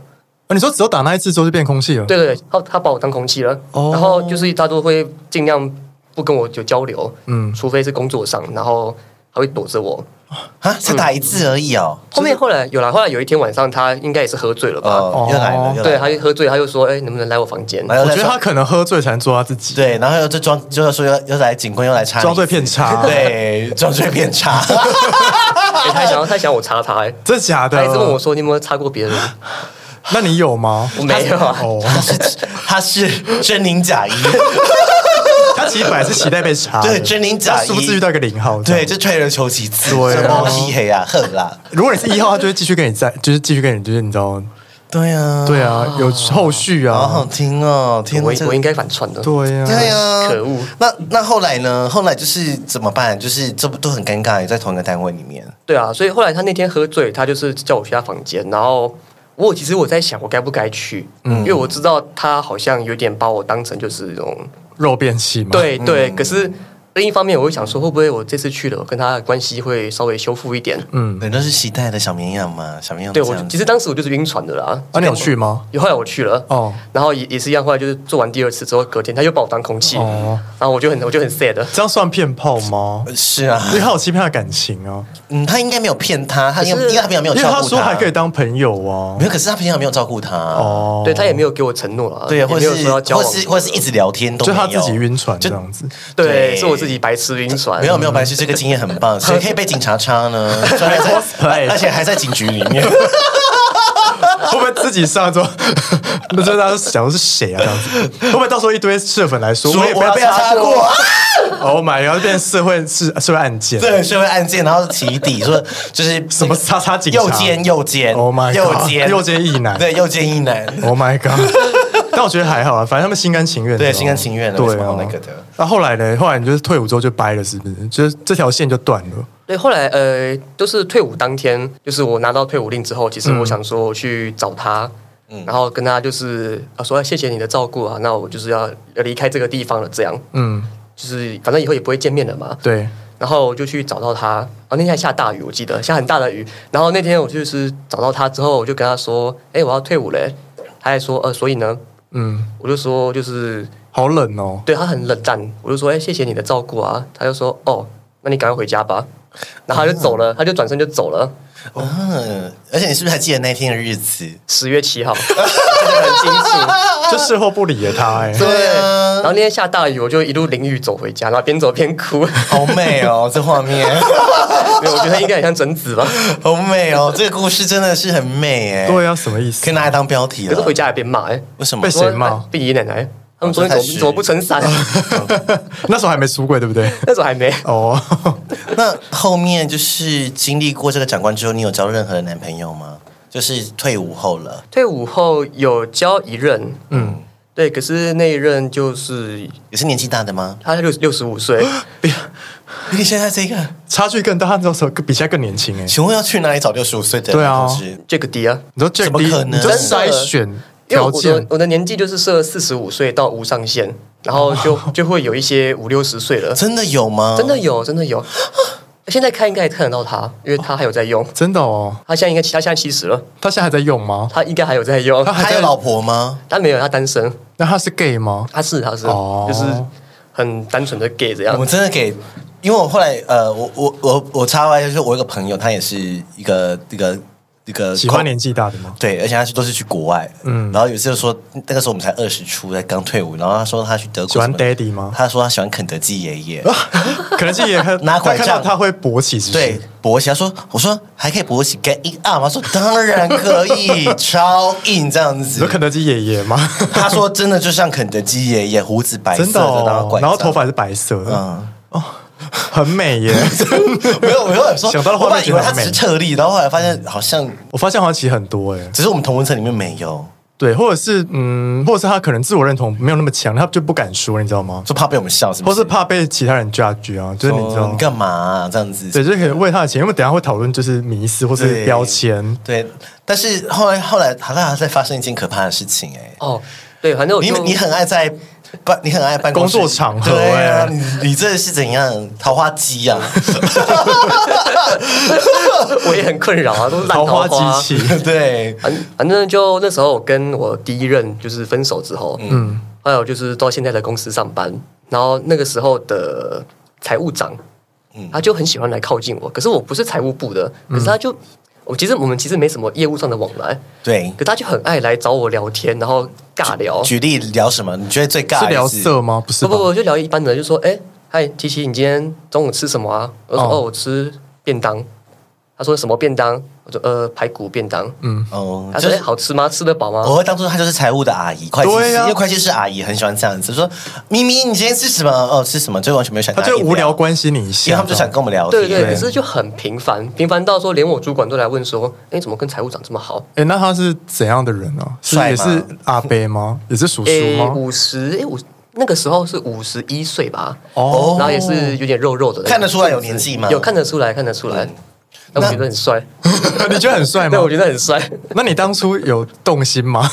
Speaker 1: 啊你说只有打那一次之后就变空气了？
Speaker 3: 对对，对，他他把我当空气了，
Speaker 1: 哦
Speaker 3: 然后就是他都会尽量不跟我有交流，
Speaker 1: 嗯
Speaker 3: 嗯，除非是工作上，然后他会躲着我。
Speaker 2: 啊，才打一次而已哦。
Speaker 3: 后面后来有了，后来有一天晚上他应该也是喝醉了吧？
Speaker 2: 哦，又来了，又来
Speaker 3: 嗯对，
Speaker 2: 了
Speaker 3: 他就喝醉，他就说：“哎、能不能来我房间？”
Speaker 2: 然后
Speaker 1: 我
Speaker 2: 再
Speaker 1: 觉得
Speaker 2: 说
Speaker 1: 他可能喝醉才能做他自己，
Speaker 2: 对，然后又就装，就是说又又来警棍，又来插你，
Speaker 1: 装醉骗
Speaker 3: 啊
Speaker 1: 差。，
Speaker 2: 对，装醉骗啊插。
Speaker 3: 哎他还想要，他还想要我插他、哎，
Speaker 1: 真的假
Speaker 3: 他
Speaker 1: 的？
Speaker 3: 一直问我说：“你有没有插过别人
Speaker 1: 那你有吗？？”
Speaker 3: 我没有啊，
Speaker 1: 哦，
Speaker 2: 他是他是真零假 一，
Speaker 1: 他其实本来是期待被查的，
Speaker 2: 对真零假
Speaker 1: 他
Speaker 2: 一
Speaker 1: 殊不知遇到一个零号。
Speaker 2: 对，，就退而求其次，
Speaker 1: 对啊
Speaker 2: 猫皮黑啊，恨啦，
Speaker 1: 如果你是一号，他就会继续跟你在，就是继续跟你，就是你知道，
Speaker 2: 对啊，
Speaker 1: 对，啊，有后续
Speaker 2: 好好
Speaker 1: 啊，
Speaker 2: 听哦，天哪，
Speaker 3: 我
Speaker 2: 这
Speaker 3: 我应该反串的。
Speaker 1: 对呀，
Speaker 2: 对啊，
Speaker 3: 可恶。
Speaker 2: 那那后来呢？后来就是怎么办？就是这不都很尴尬，也在同一个单位里面。
Speaker 3: 对啊，所以后来他那天喝醉，他就是叫我去他房间，然后我其实我在想我该不该去，因为我知道他好像有点把我当成就是那种
Speaker 1: 肉变器嘛，，
Speaker 3: 对对，可是另一方面我又想说会不会我这次去了，我跟他的关系会稍微修复一点，
Speaker 1: 嗯，
Speaker 2: 对，都是期待的小绵羊嘛，小绵羊
Speaker 3: 对
Speaker 2: 这
Speaker 3: 我
Speaker 2: 样子
Speaker 3: 其实当时我就是晕船的啦，
Speaker 1: 啊，你有去吗？
Speaker 3: 后来我去了，
Speaker 1: 哦
Speaker 3: 然后也也是一样，后来就是做完第二次之后，隔天他又把我当空气，
Speaker 1: 哦
Speaker 3: 然后我就很我就很 sad，
Speaker 1: 这样算骗炮吗？
Speaker 2: 是啊，
Speaker 1: 因为他有欺骗他的感情 啊，
Speaker 2: 嗯，他应该没有骗他，他应该
Speaker 3: 可是
Speaker 2: 应该他平常没有
Speaker 1: 因为
Speaker 2: 照顾
Speaker 1: 他说还可以当朋友啊
Speaker 2: 没，有，可是他平常没有照顾他哦，
Speaker 1: 哦，
Speaker 3: 对他也没有给我承诺了，
Speaker 2: 对
Speaker 3: 也
Speaker 2: 啊，或
Speaker 3: 没有
Speaker 2: 者
Speaker 3: 说要
Speaker 2: 是
Speaker 3: 交
Speaker 2: 或
Speaker 3: 往
Speaker 2: 者
Speaker 3: 什么的，
Speaker 2: 是或者是一直聊天都
Speaker 1: 就
Speaker 2: 没有，
Speaker 1: 他自己晕船这样子，
Speaker 3: 对
Speaker 2: 对，
Speaker 3: 是我自己白痴晕船，
Speaker 2: 没有没有，白痴这个经验很 棒，谁可以被警察插呢？而且
Speaker 1: cosplay
Speaker 2: 而且还在警局里面。
Speaker 1: 会不会自己上 之后，那真的想的是谁啊？这样子会不会到时候一堆社粉来说，
Speaker 2: 说
Speaker 1: 我也
Speaker 2: 我
Speaker 1: 要
Speaker 2: 要被他
Speaker 1: 插
Speaker 2: 擦过，啊
Speaker 1: Oh my god！变成社会是社会案件，
Speaker 2: 对，社会案件，然后起底说就是
Speaker 1: 什么叉叉警察
Speaker 2: 右肩右肩
Speaker 1: ，Oh my god！
Speaker 2: 右肩
Speaker 1: 右肩一男
Speaker 2: 对右肩一男，
Speaker 1: ，Oh my god！但我觉得还好啊，反正他们心甘情愿的哦，
Speaker 2: 对心甘情愿的为
Speaker 1: 对
Speaker 2: 什么
Speaker 1: 啊
Speaker 2: 要那个的。
Speaker 1: 那后来呢？后来你就是退伍之后就掰了，是不是？就是这条线就断了。
Speaker 3: 对，后来呃，就是退伍当天，就是我拿到退伍令之后，
Speaker 1: 嗯
Speaker 3: 其实我想说我去找他，
Speaker 2: 嗯
Speaker 3: 然后跟他就是啊说谢谢你的照顾啊，那我就是要要离开这个地方了，这样，
Speaker 1: 嗯，
Speaker 3: 就是反正以后也不会见面了嘛。
Speaker 1: 对，
Speaker 3: 然后我就去找到他，然后那天还下大雨，我记得下很大的雨。然后那天我就是找到他之后，我就跟他说：“哎，我要退伍嘞。”他还说：“呃，所以呢？”
Speaker 1: 嗯，
Speaker 3: 我就说：“就是
Speaker 1: 好冷 哦。
Speaker 3: 对他很冷淡。”我就说：“哎，谢谢你的照顾啊。”他就说：“哦，那你赶快回家吧。”然后他
Speaker 2: 啊
Speaker 3: 就走了，他就转身就走了。
Speaker 1: Oh
Speaker 2: 嗯，而且你是不是还记得那天的 日子？
Speaker 3: 十月 七号，真的很清楚。
Speaker 1: 就事后不理了他、哎，
Speaker 2: 对啊
Speaker 3: 然后那天下大雨，我就一路淋雨走回家，然后边走边哭。
Speaker 2: 好美哦，这画面
Speaker 3: 没有，我觉得应该很像贞 子吧。
Speaker 2: 好美哦，这个故事真的是很美哎。
Speaker 1: 对啊，什么意
Speaker 2: 可
Speaker 1: 思
Speaker 2: 以？拿来当标题
Speaker 3: 可是
Speaker 2: 了
Speaker 3: 回。家也被骂哎、
Speaker 2: 为什么
Speaker 1: 被？谁骂
Speaker 3: 说哎毕爷奶奶，他们昨天
Speaker 2: 哦这
Speaker 3: 怎
Speaker 2: 太
Speaker 3: 么
Speaker 2: 虚
Speaker 3: 怎么不撑伞？
Speaker 1: 那时候还没出柜，对不对？
Speaker 3: 那时候还没。
Speaker 1: 哦，
Speaker 2: 那后面就是经历过这个长官之后，你有交任何的男朋友吗？就是退伍后了，
Speaker 3: 退伍后有交一任，嗯，对，可是那一任就是
Speaker 2: 也是年纪大的吗？
Speaker 3: 他六六十五 岁，
Speaker 2: 你现在这个，
Speaker 1: 差距更大，他那时候比现在更年轻哎、
Speaker 2: 请问要去哪里找六十五岁的
Speaker 1: 对啊
Speaker 2: 同志？
Speaker 3: 这个迪啊，
Speaker 1: 你说 Jack
Speaker 2: 怎么
Speaker 1: D，
Speaker 2: 可能
Speaker 1: 你就筛选
Speaker 3: 因为
Speaker 1: 条
Speaker 3: 我的
Speaker 1: 件，
Speaker 3: 我的年纪就是设四十五岁到无上限，然后就就会有一些五六十岁了，
Speaker 2: 真的有吗？
Speaker 3: 真的有，真的有。现在看应该也看得到他，因为他还有在用，
Speaker 1: 真的哦？
Speaker 3: 他现在应该他现在七十了，
Speaker 1: 他现在还在用吗？
Speaker 3: 他应该还有在用
Speaker 1: 他，还
Speaker 2: 他
Speaker 1: 在
Speaker 2: 有老婆吗？
Speaker 3: 他没有，他单身，
Speaker 1: 那他是 gay 吗？
Speaker 3: 他是他是，
Speaker 1: 哦
Speaker 3: 就是很单纯的 gay 这样
Speaker 2: 我。真的给，因为我后来呃，我我我我插外就是我有一个朋友，他也是一个一个一个
Speaker 1: 喜欢年纪大的吗？
Speaker 2: 对，而且他是都是去国外，嗯，然后有一次就说那个时候我们才二十出，才刚退伍，然后他说他去德国
Speaker 1: 喜欢
Speaker 2: 什么
Speaker 1: daddy 吗啊
Speaker 2: 他说他喜欢肯德基爷爷，
Speaker 1: 可能是也看
Speaker 2: 拿拐
Speaker 1: 他看到
Speaker 2: 杖
Speaker 1: 他会勃起，是不是？
Speaker 2: 对，勃起。他说我说还可以勃起 get it up 吗？他说当然可以，超硬这样
Speaker 1: 你说
Speaker 2: 子。
Speaker 1: 肯德基爷爷吗？
Speaker 2: 他说真的就像肯德基爷爷，胡子白色
Speaker 1: 真的
Speaker 2: 然后
Speaker 1: 哦
Speaker 2: 拐，
Speaker 1: 然后
Speaker 2: 杖
Speaker 1: 头发是白色的，
Speaker 2: 嗯
Speaker 1: 哦，很美耶。
Speaker 2: 没有没有说
Speaker 1: 想到了
Speaker 2: 我
Speaker 1: 画面
Speaker 2: 本来以为
Speaker 1: 觉得
Speaker 2: 他
Speaker 1: 很
Speaker 2: 只是
Speaker 1: 美
Speaker 2: 撤离，然后后来发现好像
Speaker 1: 我发现好像其实很多哎，
Speaker 2: 只是我们同文层里面没有，
Speaker 1: 对，或者是嗯，或者是他可能自我认同没有那么强，他就不敢说，你知道吗？
Speaker 2: 就怕被我们笑，是不
Speaker 1: 或
Speaker 2: 是？
Speaker 1: 是怕被其他人 judge 啊，就是你知
Speaker 2: 哦
Speaker 1: 道
Speaker 2: 你干嘛啊这样子？
Speaker 1: 对，就是可以为他的钱，因为等一下会讨论就是迷思或是
Speaker 2: 对
Speaker 1: 标签。
Speaker 2: 对，但是后来后来，好像还在发生一件可怕的事情哎、
Speaker 3: 哦，对，反正我
Speaker 2: 你
Speaker 3: 就
Speaker 2: 你很爱在办，你很爱办公室
Speaker 1: 工作场合
Speaker 2: 对啊，
Speaker 1: 哎
Speaker 2: 你你这是怎样桃花机啊？
Speaker 3: 我也很困扰啊，都是烂
Speaker 1: 桃
Speaker 3: 桃
Speaker 1: 花
Speaker 3: 花
Speaker 1: 机器，
Speaker 2: 对，
Speaker 3: 反反正就那时候我跟我第一任就是分手之后，嗯，还有就是到现在的公司上班，然后那个时候的财务长，他就很喜欢来靠近我，可是我不是财务部的，可是他就。我其实我们其实没什么业务上的往来，
Speaker 2: 对
Speaker 3: 可他就很爱来找我聊天，然后尬聊，
Speaker 2: 举例聊什么？你觉得最尬
Speaker 1: 是
Speaker 2: 的
Speaker 1: 聊
Speaker 2: 是？
Speaker 1: 色吗？不是
Speaker 3: 哦不
Speaker 1: 吧？
Speaker 3: 不不，就聊一般的，就说哎、嗨，琪琪，你今天中午吃什么啊？我说
Speaker 1: 哦
Speaker 3: 哦我吃便当。他说什么便当？我说呃，排骨便当。嗯，
Speaker 2: 哦，
Speaker 3: 他
Speaker 2: 就
Speaker 3: 说哎、
Speaker 2: 是哦
Speaker 3: 好吃吗？吃得饱吗？
Speaker 2: 我会当做他就是财务的阿姨，会计师，
Speaker 1: 对啊
Speaker 2: 因为会计师阿姨很喜欢这样子，说咪咪你今天吃什么？哦，吃什么？就完全没有想
Speaker 1: 他就
Speaker 2: 跟你
Speaker 1: 无聊，关心你一
Speaker 2: 因为
Speaker 1: 下，
Speaker 2: 他们就想跟我们聊天。
Speaker 3: 对对，可是就很频繁，频繁到说连我主管都来问说，哎、你怎么跟财务长这么好？
Speaker 1: 哎，那他是怎样的人啊？是
Speaker 2: 帅吗
Speaker 1: 也是阿伯吗？也是叔叔
Speaker 3: 哎、
Speaker 1: 吗？
Speaker 3: 五十哎五那个时候是五十一岁吧，
Speaker 1: 哦
Speaker 3: 然后也是有点肉肉的，
Speaker 2: 看得出来有年纪吗嗯
Speaker 3: 有看得出来，看得出来。那我觉得很帅，
Speaker 1: 你觉得很帅
Speaker 3: 对，
Speaker 1: 吗
Speaker 3: 我？觉得很帅。
Speaker 1: 那你当初有动心吗？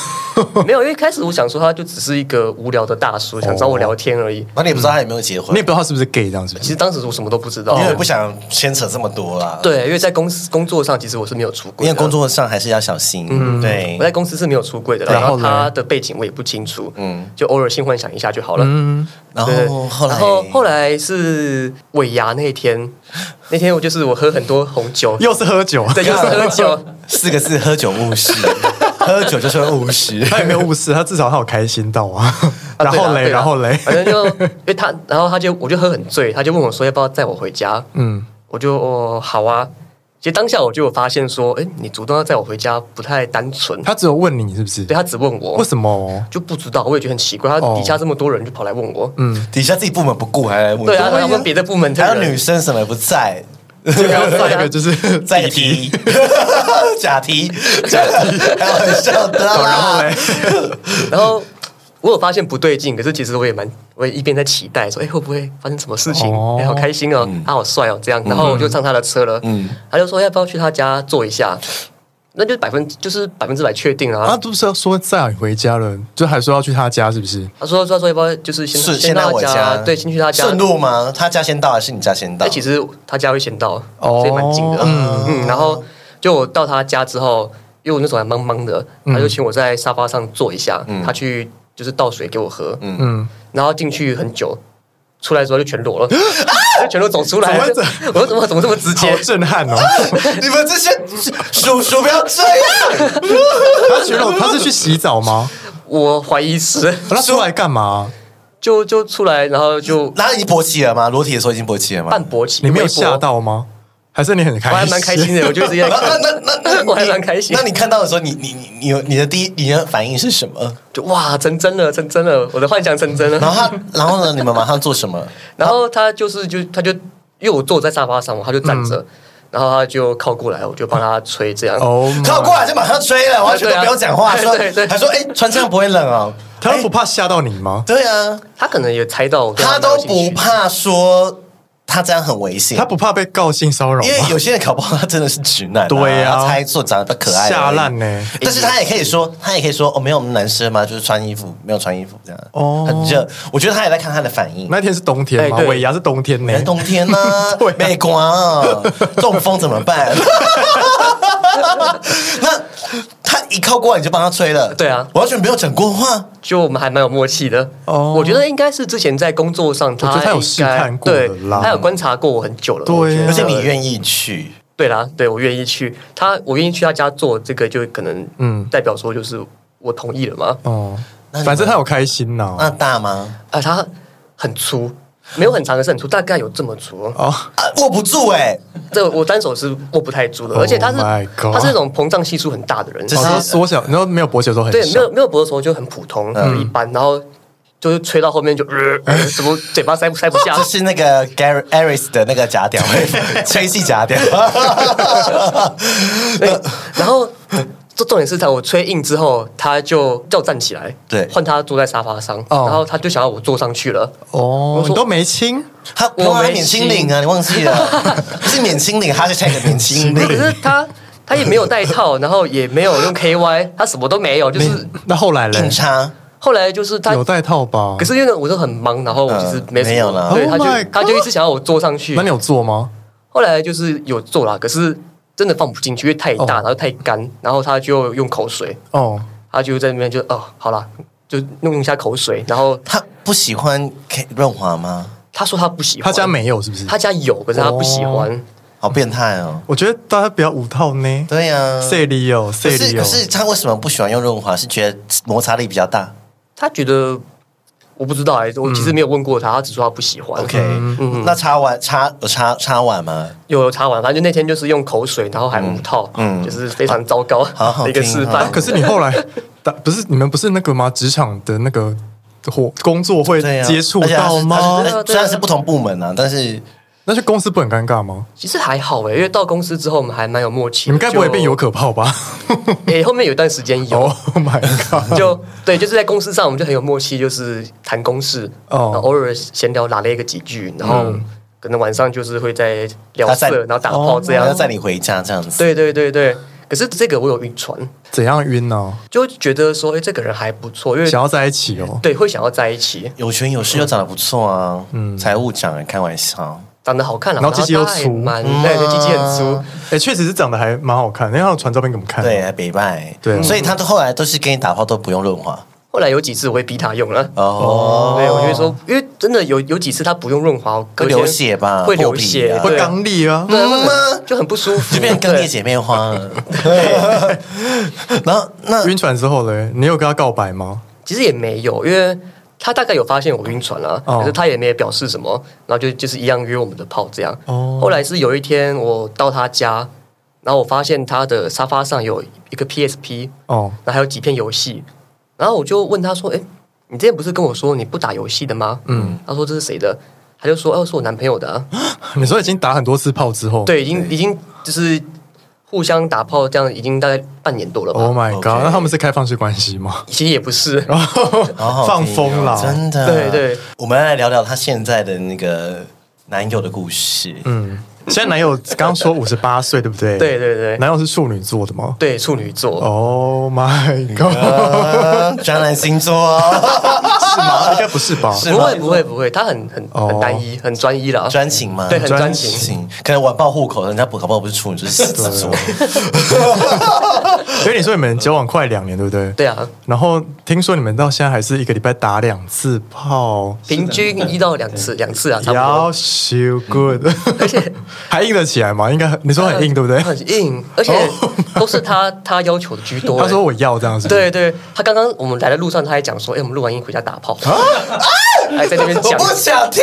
Speaker 3: 没有，因为一开始我想说他就只是一个无聊的大叔，想找我聊天而已。
Speaker 2: 然后你也不知道他有没有结婚，
Speaker 1: 你也不知道他是不是 gay 这样子。
Speaker 3: 其实当时我什么都不知
Speaker 1: 嗯
Speaker 3: 道，
Speaker 2: 因为不想牵扯这么多啦。，
Speaker 3: 对，因为在公司工作上，其实我是没有出轨
Speaker 2: 因为
Speaker 3: 的。
Speaker 2: 工作上还是要小心。对
Speaker 1: 嗯
Speaker 3: 我，在公司是没有出柜的，
Speaker 1: 然
Speaker 3: 然
Speaker 1: 后
Speaker 3: 后
Speaker 1: 呢
Speaker 3: 他的背景我也不清楚，嗯，就偶尔性幻想一下就好了。
Speaker 2: 然
Speaker 3: 对
Speaker 2: 后哦后来，
Speaker 3: 然后后来是尾牙那一天，那天我就是我喝很多红酒，
Speaker 1: 又是喝酒，
Speaker 3: 对，就是喝酒，
Speaker 2: 四个字：喝酒误 事，喝酒就是会误事。
Speaker 1: 他也没有误事，他至少他有开心到啊。 然后
Speaker 3: 对啦
Speaker 1: 嘞，
Speaker 3: 对啦
Speaker 1: 然后嘞，
Speaker 3: 反正就因为他，然后他就我就喝很醉，他就问我说要不要载我回家，
Speaker 1: 嗯，
Speaker 3: 我就、哦、好啊。其实当下我就有发现说，哎，你主动要载我回家不太单纯。
Speaker 1: 他只有问你是不是？
Speaker 3: 对他啊只问我
Speaker 1: 为什么？哦
Speaker 3: 就不知道，我也觉得很奇怪，他底下这么多人就跑来问我，
Speaker 2: 嗯，底下自己部门不顾，还来问，
Speaker 3: 对啊，然后问别的部门的
Speaker 2: 还
Speaker 3: 人，
Speaker 2: 有女生什么也不在，
Speaker 1: 就刚刚
Speaker 3: 啊
Speaker 1: 再一个 就是
Speaker 2: 在提 假提假提，开玩笑的啦。然后
Speaker 3: 然后我有发现不对劲，可是其实我也蛮，我也一边在期待说，哎、会不会发生什么事情？哎、
Speaker 1: 哦
Speaker 3: 好开心哦，他、好帅哦，这样。然后我就上他的车了，
Speaker 2: 嗯
Speaker 3: 他就说要不要去他家坐一下？那就百分就是百分之百确定啊。
Speaker 1: 他不是要说载你回家了，就还说要去他家，是不是？
Speaker 3: 他说他说要不要就是先
Speaker 2: 顺
Speaker 3: 先
Speaker 2: 先到
Speaker 3: 到他
Speaker 2: 我
Speaker 3: 家，
Speaker 2: 家，
Speaker 3: 对，先去他家。
Speaker 2: 顺路吗？他家先到还是你家先到？
Speaker 3: 哎，其实他家会先到，
Speaker 1: 哦
Speaker 3: 所以蛮近的。
Speaker 1: 嗯
Speaker 3: 嗯嗯，然后就我到他家之后，因为我那时候还懵懵的，
Speaker 1: 嗯
Speaker 3: 他就请我在沙发上坐一下，他去就是倒水给我喝，嗯嗯，然后进去很久，出来之后就 全裸了，就全裸走出来，
Speaker 1: 怎么
Speaker 3: 我说怎么怎么这么直接
Speaker 1: 好？震撼哦！
Speaker 2: 你们这些 叔叔不要这样，
Speaker 1: 他全裸，他是去洗澡吗？
Speaker 3: 我怀疑是，
Speaker 1: 他出来干嘛？
Speaker 3: 就就出来，然后就
Speaker 2: 然后已经勃起了吗？裸体的时候已经勃起了吗
Speaker 3: 半？勃起，
Speaker 1: 你没有
Speaker 3: 微博
Speaker 1: 吓，到吗？还是你很开
Speaker 3: 我
Speaker 1: 心？
Speaker 3: 还蛮 开心。的，我就直接
Speaker 2: 那那
Speaker 3: 看，
Speaker 2: 那那，
Speaker 3: 我还蛮开心
Speaker 2: 那你看到的时候，你你你你有你的第一你的反应是什么？
Speaker 3: 就哇，成真了，成真了，我的幻想成真了。
Speaker 2: 然 后他，然后呢？你们马上做什么？
Speaker 3: 然后他就是就他就因为我坐在沙发上嘛，他就站着，
Speaker 1: 嗯
Speaker 3: 然后他就靠过来，我就帮他吹这样。
Speaker 1: 哦，
Speaker 2: 靠过来就马上吹了，完全都
Speaker 3: 对啊
Speaker 2: 不用讲话。
Speaker 3: 对
Speaker 2: 说
Speaker 3: 对对
Speaker 2: 他说：“哎，穿这样不会冷哦。”
Speaker 1: 他不怕吓到你吗？
Speaker 2: 对啊，
Speaker 3: 他可能也猜到我
Speaker 1: 啊
Speaker 3: 对
Speaker 2: 他
Speaker 3: 蛮有
Speaker 2: 都
Speaker 3: 兴
Speaker 2: 不
Speaker 3: 趣，
Speaker 2: 怕说他这样很危险
Speaker 1: 他。不怕被告性骚扰
Speaker 2: 因为
Speaker 1: 吗？
Speaker 2: 有些人搞不好他真的是直男、
Speaker 1: 对啊
Speaker 2: 他猜错长得不可爱而已，
Speaker 1: 吓烂欸哎呢
Speaker 2: 但是他也可以说，他也可以说哦，没有我们男生嘛，就是穿衣服没有穿衣服这样，
Speaker 1: 哦
Speaker 2: 哦，很热。我觉得他也在看他的反应。
Speaker 1: 那天是冬天吗？
Speaker 3: 哎对
Speaker 1: 尾牙是冬天呢
Speaker 2: 哎，。冬天呢、
Speaker 1: 对啊
Speaker 2: 美国啊，中风怎么办？那他一靠过来你就帮他吹了，
Speaker 3: 对啊
Speaker 2: 完全没有讲过话，
Speaker 3: 就我们还蛮有默契的。
Speaker 1: 哦
Speaker 3: 我觉得应该是之前在工作上，他
Speaker 1: 觉得他有
Speaker 3: 应
Speaker 1: 试
Speaker 3: 该
Speaker 1: 探过
Speaker 3: 对
Speaker 1: 了啦，
Speaker 3: 他有观察过我很久了。
Speaker 1: 对啊
Speaker 3: 我觉得
Speaker 2: 而且你愿意去，
Speaker 3: 对啦，对我愿意去，他我愿意去他家做这个，就可能
Speaker 1: 嗯
Speaker 3: 嗯代表说就是我同意了嘛。
Speaker 1: 哦，
Speaker 2: 那你们
Speaker 1: 反正他有开心呐。
Speaker 2: 那大吗？
Speaker 3: 啊，他很粗，没有很长，可是很粗，大概有这么粗。
Speaker 1: 哦，
Speaker 2: 啊，握不住哎、
Speaker 3: 这我单手是握不太住的，
Speaker 1: Oh
Speaker 3: 而且他是
Speaker 1: my God
Speaker 3: 他是那种膨胀系数很大的人，
Speaker 2: 这
Speaker 1: 哦
Speaker 2: 是
Speaker 1: 他缩小，然后没有勃起的时候很
Speaker 3: 啊对，没
Speaker 1: 小
Speaker 3: 有。没有脖的时候就很普通，
Speaker 1: 嗯
Speaker 3: 就一般，然后就是吹到后面就 呃，呃怎么嘴巴塞不塞不下
Speaker 2: 这，是那个 Gary Aris 的那个假屌，吹气假屌。
Speaker 3: 对然后。这重点是他，我吹硬之后，他就叫我站起来，
Speaker 2: 对
Speaker 3: 换他坐在沙发上
Speaker 1: 哦
Speaker 3: 然后他就想要我坐上去了，
Speaker 1: 哦
Speaker 3: 我，说
Speaker 1: 你都没亲，
Speaker 2: 他
Speaker 3: 我
Speaker 2: 我他
Speaker 3: 没
Speaker 2: 免清领啊，你忘记了？是免清领，他是 tag 免清
Speaker 3: 可是
Speaker 2: 领。
Speaker 3: 他他也没有带套，然后也没有用 KY，他什么都没有，就是
Speaker 1: 那后来嘞
Speaker 2: 硬？插，
Speaker 3: 后来就是他
Speaker 1: 有戴套吧？
Speaker 3: 可是因为我都很忙，然后我其实没什
Speaker 2: 嗯没
Speaker 3: 么，
Speaker 2: 有啦
Speaker 3: 对，
Speaker 1: Oh
Speaker 3: 他就
Speaker 1: my god
Speaker 3: 他就一直想要我坐上去
Speaker 1: 那。你有做吗？
Speaker 3: 后来就是有做啦，可是真的放不进去，因为太大，
Speaker 1: 哦
Speaker 3: 然后太干，然后他就用口水，
Speaker 1: 哦，
Speaker 3: 他就在那边就哦，好啦，就弄一下口水，然后
Speaker 2: 他不喜欢 K 润滑吗？
Speaker 3: 他说他不喜欢，
Speaker 1: 他家，没有哦是不是？
Speaker 3: 他家有，可是他不喜欢。
Speaker 2: 好变态哦！
Speaker 1: 我觉得大家不要无套呢。
Speaker 2: 对啊呀，
Speaker 1: 塞里有，
Speaker 2: 呃可
Speaker 1: 塞
Speaker 2: 是
Speaker 1: 里有
Speaker 2: 可。是他为什么不喜欢用润滑？是觉得摩擦力比较大
Speaker 3: 他觉得我不知道哎、我其实没有问过他，他只说他不喜
Speaker 1: 嗯
Speaker 3: 欢。
Speaker 2: ？OK，那
Speaker 3: 嗯
Speaker 2: 插完插有插插完吗？
Speaker 3: 有有擦完，反正那天就是用口水，然后还无套，
Speaker 2: 嗯嗯
Speaker 3: 就是非常糟糕
Speaker 2: 好好
Speaker 3: 的一个
Speaker 2: 听
Speaker 3: 示
Speaker 2: 好
Speaker 3: 范。
Speaker 1: 可是你后来， 打不是你们不是那个吗？职场的那个活工作会
Speaker 2: 对呀，
Speaker 1: 接触
Speaker 2: 而且他
Speaker 1: 到
Speaker 2: 是
Speaker 1: 吗
Speaker 2: 他？是
Speaker 3: 啊对啊
Speaker 2: 哎虽然是不同部门啊，但是
Speaker 1: 那去公司不很尴尬吗？
Speaker 3: 其实还好哎、因为到公司之后我们还蛮有默契的。
Speaker 1: 你们该不会
Speaker 3: 就
Speaker 1: 变有可泡吧？
Speaker 3: 诶、后面有一段时间有。
Speaker 1: Oh my god！
Speaker 3: 就对，就是在公司上，我们就很有默契，就是谈公事，
Speaker 1: 哦
Speaker 3: 然后偶尔闲聊拉了一个几句，然后可能晚上就是会在聊
Speaker 2: 嗯他在哦
Speaker 3: 色，然后打炮这样
Speaker 2: 要。载你回家这样子。
Speaker 3: 对对对对，可是这个我有晕船，
Speaker 1: 怎样晕呢、
Speaker 3: 就觉得说，哎，这个人还不错，因为
Speaker 1: 想要在一起哦。
Speaker 3: 对会想要在一起，
Speaker 2: 有权有势又长得不错啊，嗯，财务长开玩笑，
Speaker 3: 长得好看啦，
Speaker 1: 然后鸡鸡又
Speaker 3: 大也
Speaker 1: 粗
Speaker 3: 蛮
Speaker 2: 嗯
Speaker 3: 对对，鸡鸡很粗，
Speaker 1: 哎，确实是长得还蛮好看，因为他有传照片给我
Speaker 3: 嗯
Speaker 1: 们看。
Speaker 2: 对，北拜，
Speaker 1: 对
Speaker 2: 所以他后来都是给你打炮都不用润滑
Speaker 3: 后来有几次我会逼他用了。
Speaker 2: 哦，
Speaker 3: 对，我就会说，因为真的有有几次他不用润滑，
Speaker 2: 会流血吧
Speaker 3: 会
Speaker 2: 破
Speaker 3: 流
Speaker 2: 皮
Speaker 3: 血，
Speaker 2: 啊
Speaker 1: 会
Speaker 3: 对
Speaker 1: 刚力啊。
Speaker 3: 对，会很就很不舒 服，
Speaker 2: 就变成
Speaker 3: 对
Speaker 2: 更裂姐妹花 了。对，然后那
Speaker 1: 晕船之后嘞，你有跟他告白吗？
Speaker 3: 其实也没有，因为他大概有发现我晕船了、
Speaker 1: 哦
Speaker 3: 啊可是他也没有表示什么，然后就就是一样约我们的炮这样。
Speaker 1: 哦
Speaker 3: 后来是有一天我到他家，然后我发现他的沙发上有一个 PSP，
Speaker 1: 哦，
Speaker 3: 然后还有几片游戏，然后我就问他说：“哎，你之前不是跟我说你不打游戏的吗？”嗯，他说：“这是谁的？”他就说：“哦，是我男朋友的、啊。
Speaker 1: 你说已经打很多次炮之后，
Speaker 3: 对，已经已经就是互相打炮，这样已经大概半年多了吧。
Speaker 1: ，Oh my god，
Speaker 2: OK
Speaker 1: 那他们是开放式关系吗？
Speaker 3: 其实也不是，
Speaker 2: 好好听 哦
Speaker 1: 放风啦，
Speaker 2: 真的。
Speaker 3: 对对，
Speaker 2: 我们来聊聊她现在的那个男友的故事。
Speaker 1: 嗯，现在男友刚刚说五十八岁，对不对？
Speaker 3: 对对对
Speaker 1: 男友是处女座的吗
Speaker 3: 对处女座，
Speaker 1: ？Oh my god，
Speaker 2: 呃专栏星座哦
Speaker 1: 是
Speaker 3: 啊
Speaker 1: 吗？应该不是吧？
Speaker 2: 是
Speaker 3: 不
Speaker 2: 吗
Speaker 3: 会不会不会，他很很
Speaker 1: 哦
Speaker 3: 很单一，很专一啦。
Speaker 2: 专情吗？
Speaker 3: 对很专
Speaker 1: 情
Speaker 2: 情，可能晚报户口，人家不搞不好不是处女，就是狮子座。
Speaker 1: 所以你说你们交往快两年，对不对？
Speaker 3: 对。啊，
Speaker 1: 然后听说你们到现在还是一个礼拜打两次炮，
Speaker 3: 平均一到两次，两次啊，差不
Speaker 1: 要
Speaker 3: 多。嗯
Speaker 1: 修 good，
Speaker 3: 而且
Speaker 1: 还硬得起来吗？应该很你说很硬，对不对？哦
Speaker 3: 很硬，而且都是他他要求的居多。
Speaker 1: 他说
Speaker 3: 欸
Speaker 1: 我要这样子，
Speaker 3: 对对，他刚刚我们来的路上，他还讲说：“哎，我们录完音回家打炮。”
Speaker 1: 啊
Speaker 3: 还在那边
Speaker 2: 我
Speaker 3: 讲，
Speaker 2: 不想听，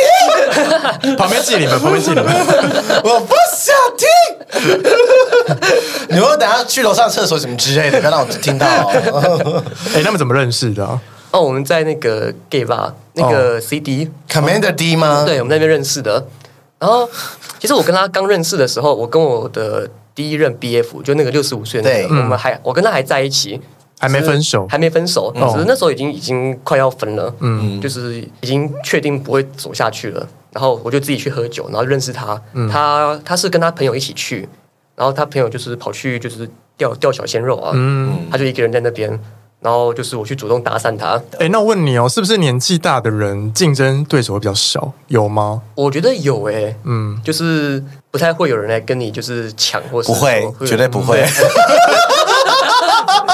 Speaker 1: 旁边记你 们，旁边记你们。
Speaker 2: 我不想听。 你们等下去楼上厕所什么之类的，不要让我听到 哦。
Speaker 1: 哎，他们怎么认识的啊？
Speaker 3: 哦，我们在那个 gay 吧，那
Speaker 1: 哦
Speaker 3: 个 CD，、
Speaker 2: Commander D 吗？
Speaker 3: 对，我们在那边认识的。然后，其实我跟他刚认识的时候，我跟我的第一任 BF，就那个六十五岁的那个，
Speaker 2: 对
Speaker 3: 我们还我跟他还在一起，
Speaker 1: 还没分手哦
Speaker 3: 嗯还没分手，只是那时候已经已经快要分了，嗯，就是已经确定不会走下去了。然后我就自己去喝酒，然后认识他，
Speaker 1: 嗯
Speaker 3: 他他是跟他朋友一起去，然后他朋友就是跑去就是钓钓小鲜肉啊，嗯，他就一个人在那边，然后就是我去主动搭讪他，
Speaker 1: 哎，那我问你哦，是不是年纪大的人竞争对手会比较少？有吗？
Speaker 3: 我觉得有诶、嗯，就是不太会有人来跟你就是抢，或是
Speaker 2: 不会
Speaker 3: 说，
Speaker 2: 绝对不会。
Speaker 3: 嗯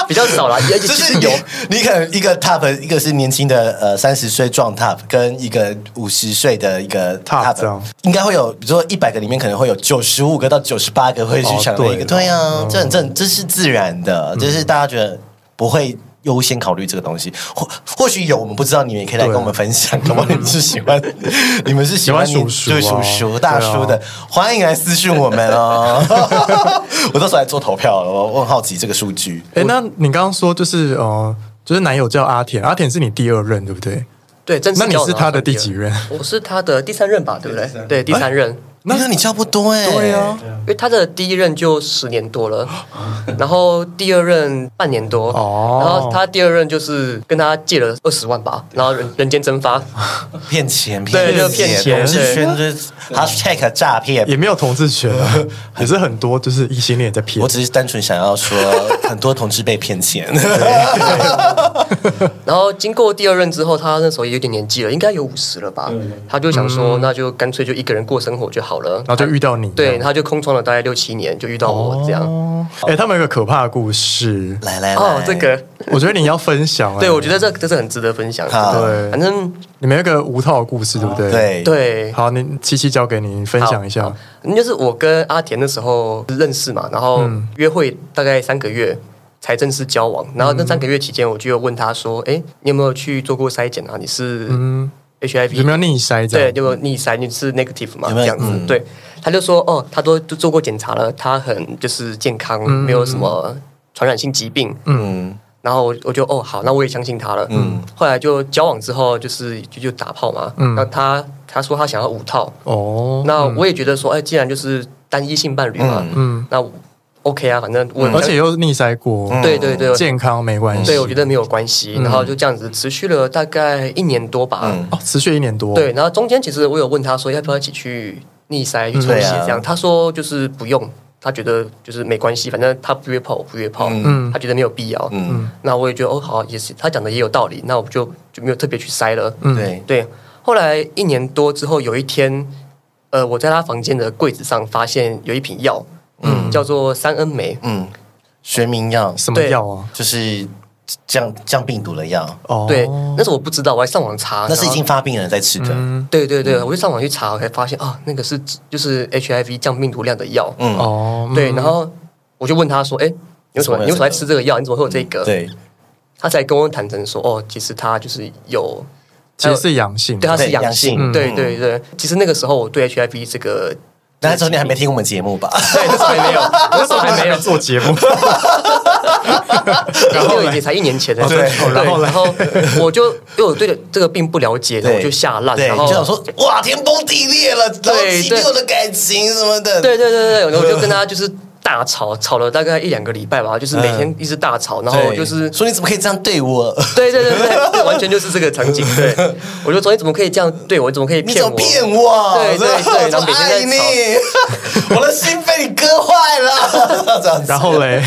Speaker 3: 比较少啦，而且
Speaker 2: 就
Speaker 3: 其
Speaker 2: 是
Speaker 3: 实
Speaker 2: 你
Speaker 3: 有。，
Speaker 2: 你可能一个 top，一个是年轻的呃三十岁壮 top，跟一个五十岁的一个
Speaker 1: Top 这样
Speaker 2: 应该会有，比如说一百个里面可能会有九十五个到九十八个会去
Speaker 1: 哦
Speaker 2: 抢那一
Speaker 1: 对嗯
Speaker 2: 个，对啊，这很正，这是自然的，就是大家觉得不会。优先考虑这个东西，或或许有我们不知道，你们也可以来
Speaker 1: 对啊
Speaker 2: 跟我们分享。搞不好你们是喜 欢，你们是喜欢
Speaker 1: 喜欢叔叔
Speaker 2: 对
Speaker 1: 啊
Speaker 2: 叔叔大叔
Speaker 1: 对，
Speaker 2: 的
Speaker 1: 啊
Speaker 2: 欢迎来私讯我们哦。 我到时候来做投票了，我我很好奇这个数据。
Speaker 1: 哎，那你刚刚说就是呃，就是男友叫阿田，阿田是你第二任，对不对？
Speaker 3: 对，真
Speaker 1: 那你是他的第几任？
Speaker 3: 啊 我是他的第三任吧，对不对？对，第三任。
Speaker 2: 那你差不多哎、
Speaker 1: 对啊，
Speaker 3: 因为他的第一任就十年 多了，然后第二任半年多，
Speaker 1: 哦
Speaker 3: 然后他第二任就是跟他借了二十万吧，然后人人间蒸发，
Speaker 2: 骗钱，
Speaker 3: 对就骗钱
Speaker 2: 同志
Speaker 3: 对
Speaker 2: 圈就是 hashtag 诈骗。
Speaker 1: 也没有同志圈 啊，也是很多就是异性恋也在骗
Speaker 2: 我。只是单纯想要说，很多同志被骗 钱，
Speaker 3: 然后经过第二任之后，他那时候也有点年纪了，应该有五十了吧，
Speaker 1: 嗯
Speaker 3: 他就想说，那就干脆就一个人过生活就好了，
Speaker 1: 然后就遇到你，
Speaker 3: 对，他就空窗了大概六七年，就遇到我这样，
Speaker 1: 哎、他们有一个可怕的故 事，
Speaker 2: 来来来，
Speaker 3: 哦，这个，
Speaker 1: 我觉得你要分享、哎
Speaker 3: 对我觉得这这是很值得分享，
Speaker 2: 好
Speaker 3: 真的
Speaker 1: 对
Speaker 3: 反正
Speaker 1: 你们有一个无套的故事，对不对？。
Speaker 2: 对，
Speaker 3: 哦对，
Speaker 1: 好，你七七交给你，你分享一下
Speaker 3: 好。好就是我跟阿田那时候认识嘛，然后约会大概三个月才正式交往。然后那三个月期间，我就有问他说：“哎、你有没有去做过筛检啊？你是
Speaker 1: 嗯
Speaker 3: HIV
Speaker 1: 有没有逆筛这
Speaker 3: 对，
Speaker 1: 样？
Speaker 3: 就有逆筛，你是 negative 嘛？
Speaker 2: 有没有
Speaker 3: 这样子，
Speaker 2: 嗯
Speaker 3: 对，他就说哦，他都都做过检查了，他很就是健康，没有什么传染性疾病。
Speaker 2: 嗯，
Speaker 3: 然后我我就哦好，那我也相信他了。嗯，后来就交往之后，就是就就打炮嘛。嗯，那他他说他想要五套，
Speaker 1: 哦，
Speaker 3: 那我也觉得说，哎，既然就是单一性伴侣嘛，嗯，那 OK 啊，反正我
Speaker 1: 而且又逆筛过，
Speaker 3: 对对嗯对
Speaker 1: 健康没关系。
Speaker 3: 对我觉得没有关系，然后就这样子持续了大概一年多吧，
Speaker 2: 嗯
Speaker 1: 哦，持续一年多。
Speaker 3: 对，，然后中间其实我有问他说要不要一起去逆塞去抽
Speaker 2: 对
Speaker 3: 血
Speaker 2: 啊
Speaker 3: 这样，他说就是不用。他觉得就是没关系，反正他不约炮，我不约炮，他觉得没有必要。那我也觉得哦，好，也是他讲的也有道理，那我就就没有特别去塞了。
Speaker 2: 对，
Speaker 3: 对，啊后来一年多之后，有一天，呃，我在他房间的柜子上发现有一瓶药，嗯，叫做三恩梅，
Speaker 2: 嗯，学名药
Speaker 1: 什么药啊？
Speaker 2: 就是降降病毒的
Speaker 3: 啊
Speaker 2: 药，
Speaker 1: 哦，
Speaker 3: 对，那时候我不知道，我还上网查，
Speaker 2: 那是已
Speaker 3: 然后
Speaker 2: 经发病的人在吃的，
Speaker 3: 对对对，我就上网去查，我才发现啊，那个是就是 HIV 降病毒量的药，
Speaker 2: 嗯，
Speaker 1: 哦，嗯
Speaker 3: 对，然后我就问他说，哎，你为什么
Speaker 2: 为什么有
Speaker 3: 你为什么
Speaker 2: 这个
Speaker 3: 在吃这个药？你怎么会有这个？，
Speaker 2: 对，
Speaker 3: 他才跟我坦诚说，哦，其实他就是有，
Speaker 1: 其实是阳性。
Speaker 3: 对，他是
Speaker 2: 对
Speaker 3: 阳
Speaker 2: 阳性
Speaker 3: 性，
Speaker 2: 嗯
Speaker 3: 对对对。其实那个时候我对 HIV 这个
Speaker 2: 那时候你还没听我们节目吧？
Speaker 3: 对，那时候还没有，那 时候还没有，
Speaker 1: 做节目， 然后
Speaker 3: 也
Speaker 1: 嘞
Speaker 3: 也才一年前的
Speaker 1: 哦
Speaker 3: 事
Speaker 1: 对
Speaker 3: 情
Speaker 1: 哦然后嘞
Speaker 3: 然后我就因为我对这个并不了解，然后我就下烂，
Speaker 2: 对，
Speaker 3: 然后
Speaker 2: 就想说哇，天崩地裂了，然后
Speaker 3: 对
Speaker 2: 激
Speaker 3: 对
Speaker 2: 六的感情什么的，
Speaker 3: 对对对对，然后我就跟他就是大吵，吵了大概一两个礼拜吧，就是每天一直大吵，然
Speaker 2: 嗯对，
Speaker 3: 后就是。
Speaker 2: 说你怎么可以这样对我？
Speaker 3: 对对对对，对完全就是这个场景。对， 我就说你怎么可以这样对我？你怎么可以
Speaker 2: 你
Speaker 3: 骗
Speaker 2: 怎么
Speaker 3: 我？
Speaker 2: 骗我？
Speaker 3: 对对对
Speaker 2: 我这
Speaker 3: 然
Speaker 2: 么
Speaker 3: 后每天在
Speaker 2: 爱你， 我的心被你割坏 了，这样子
Speaker 1: 然后嘞，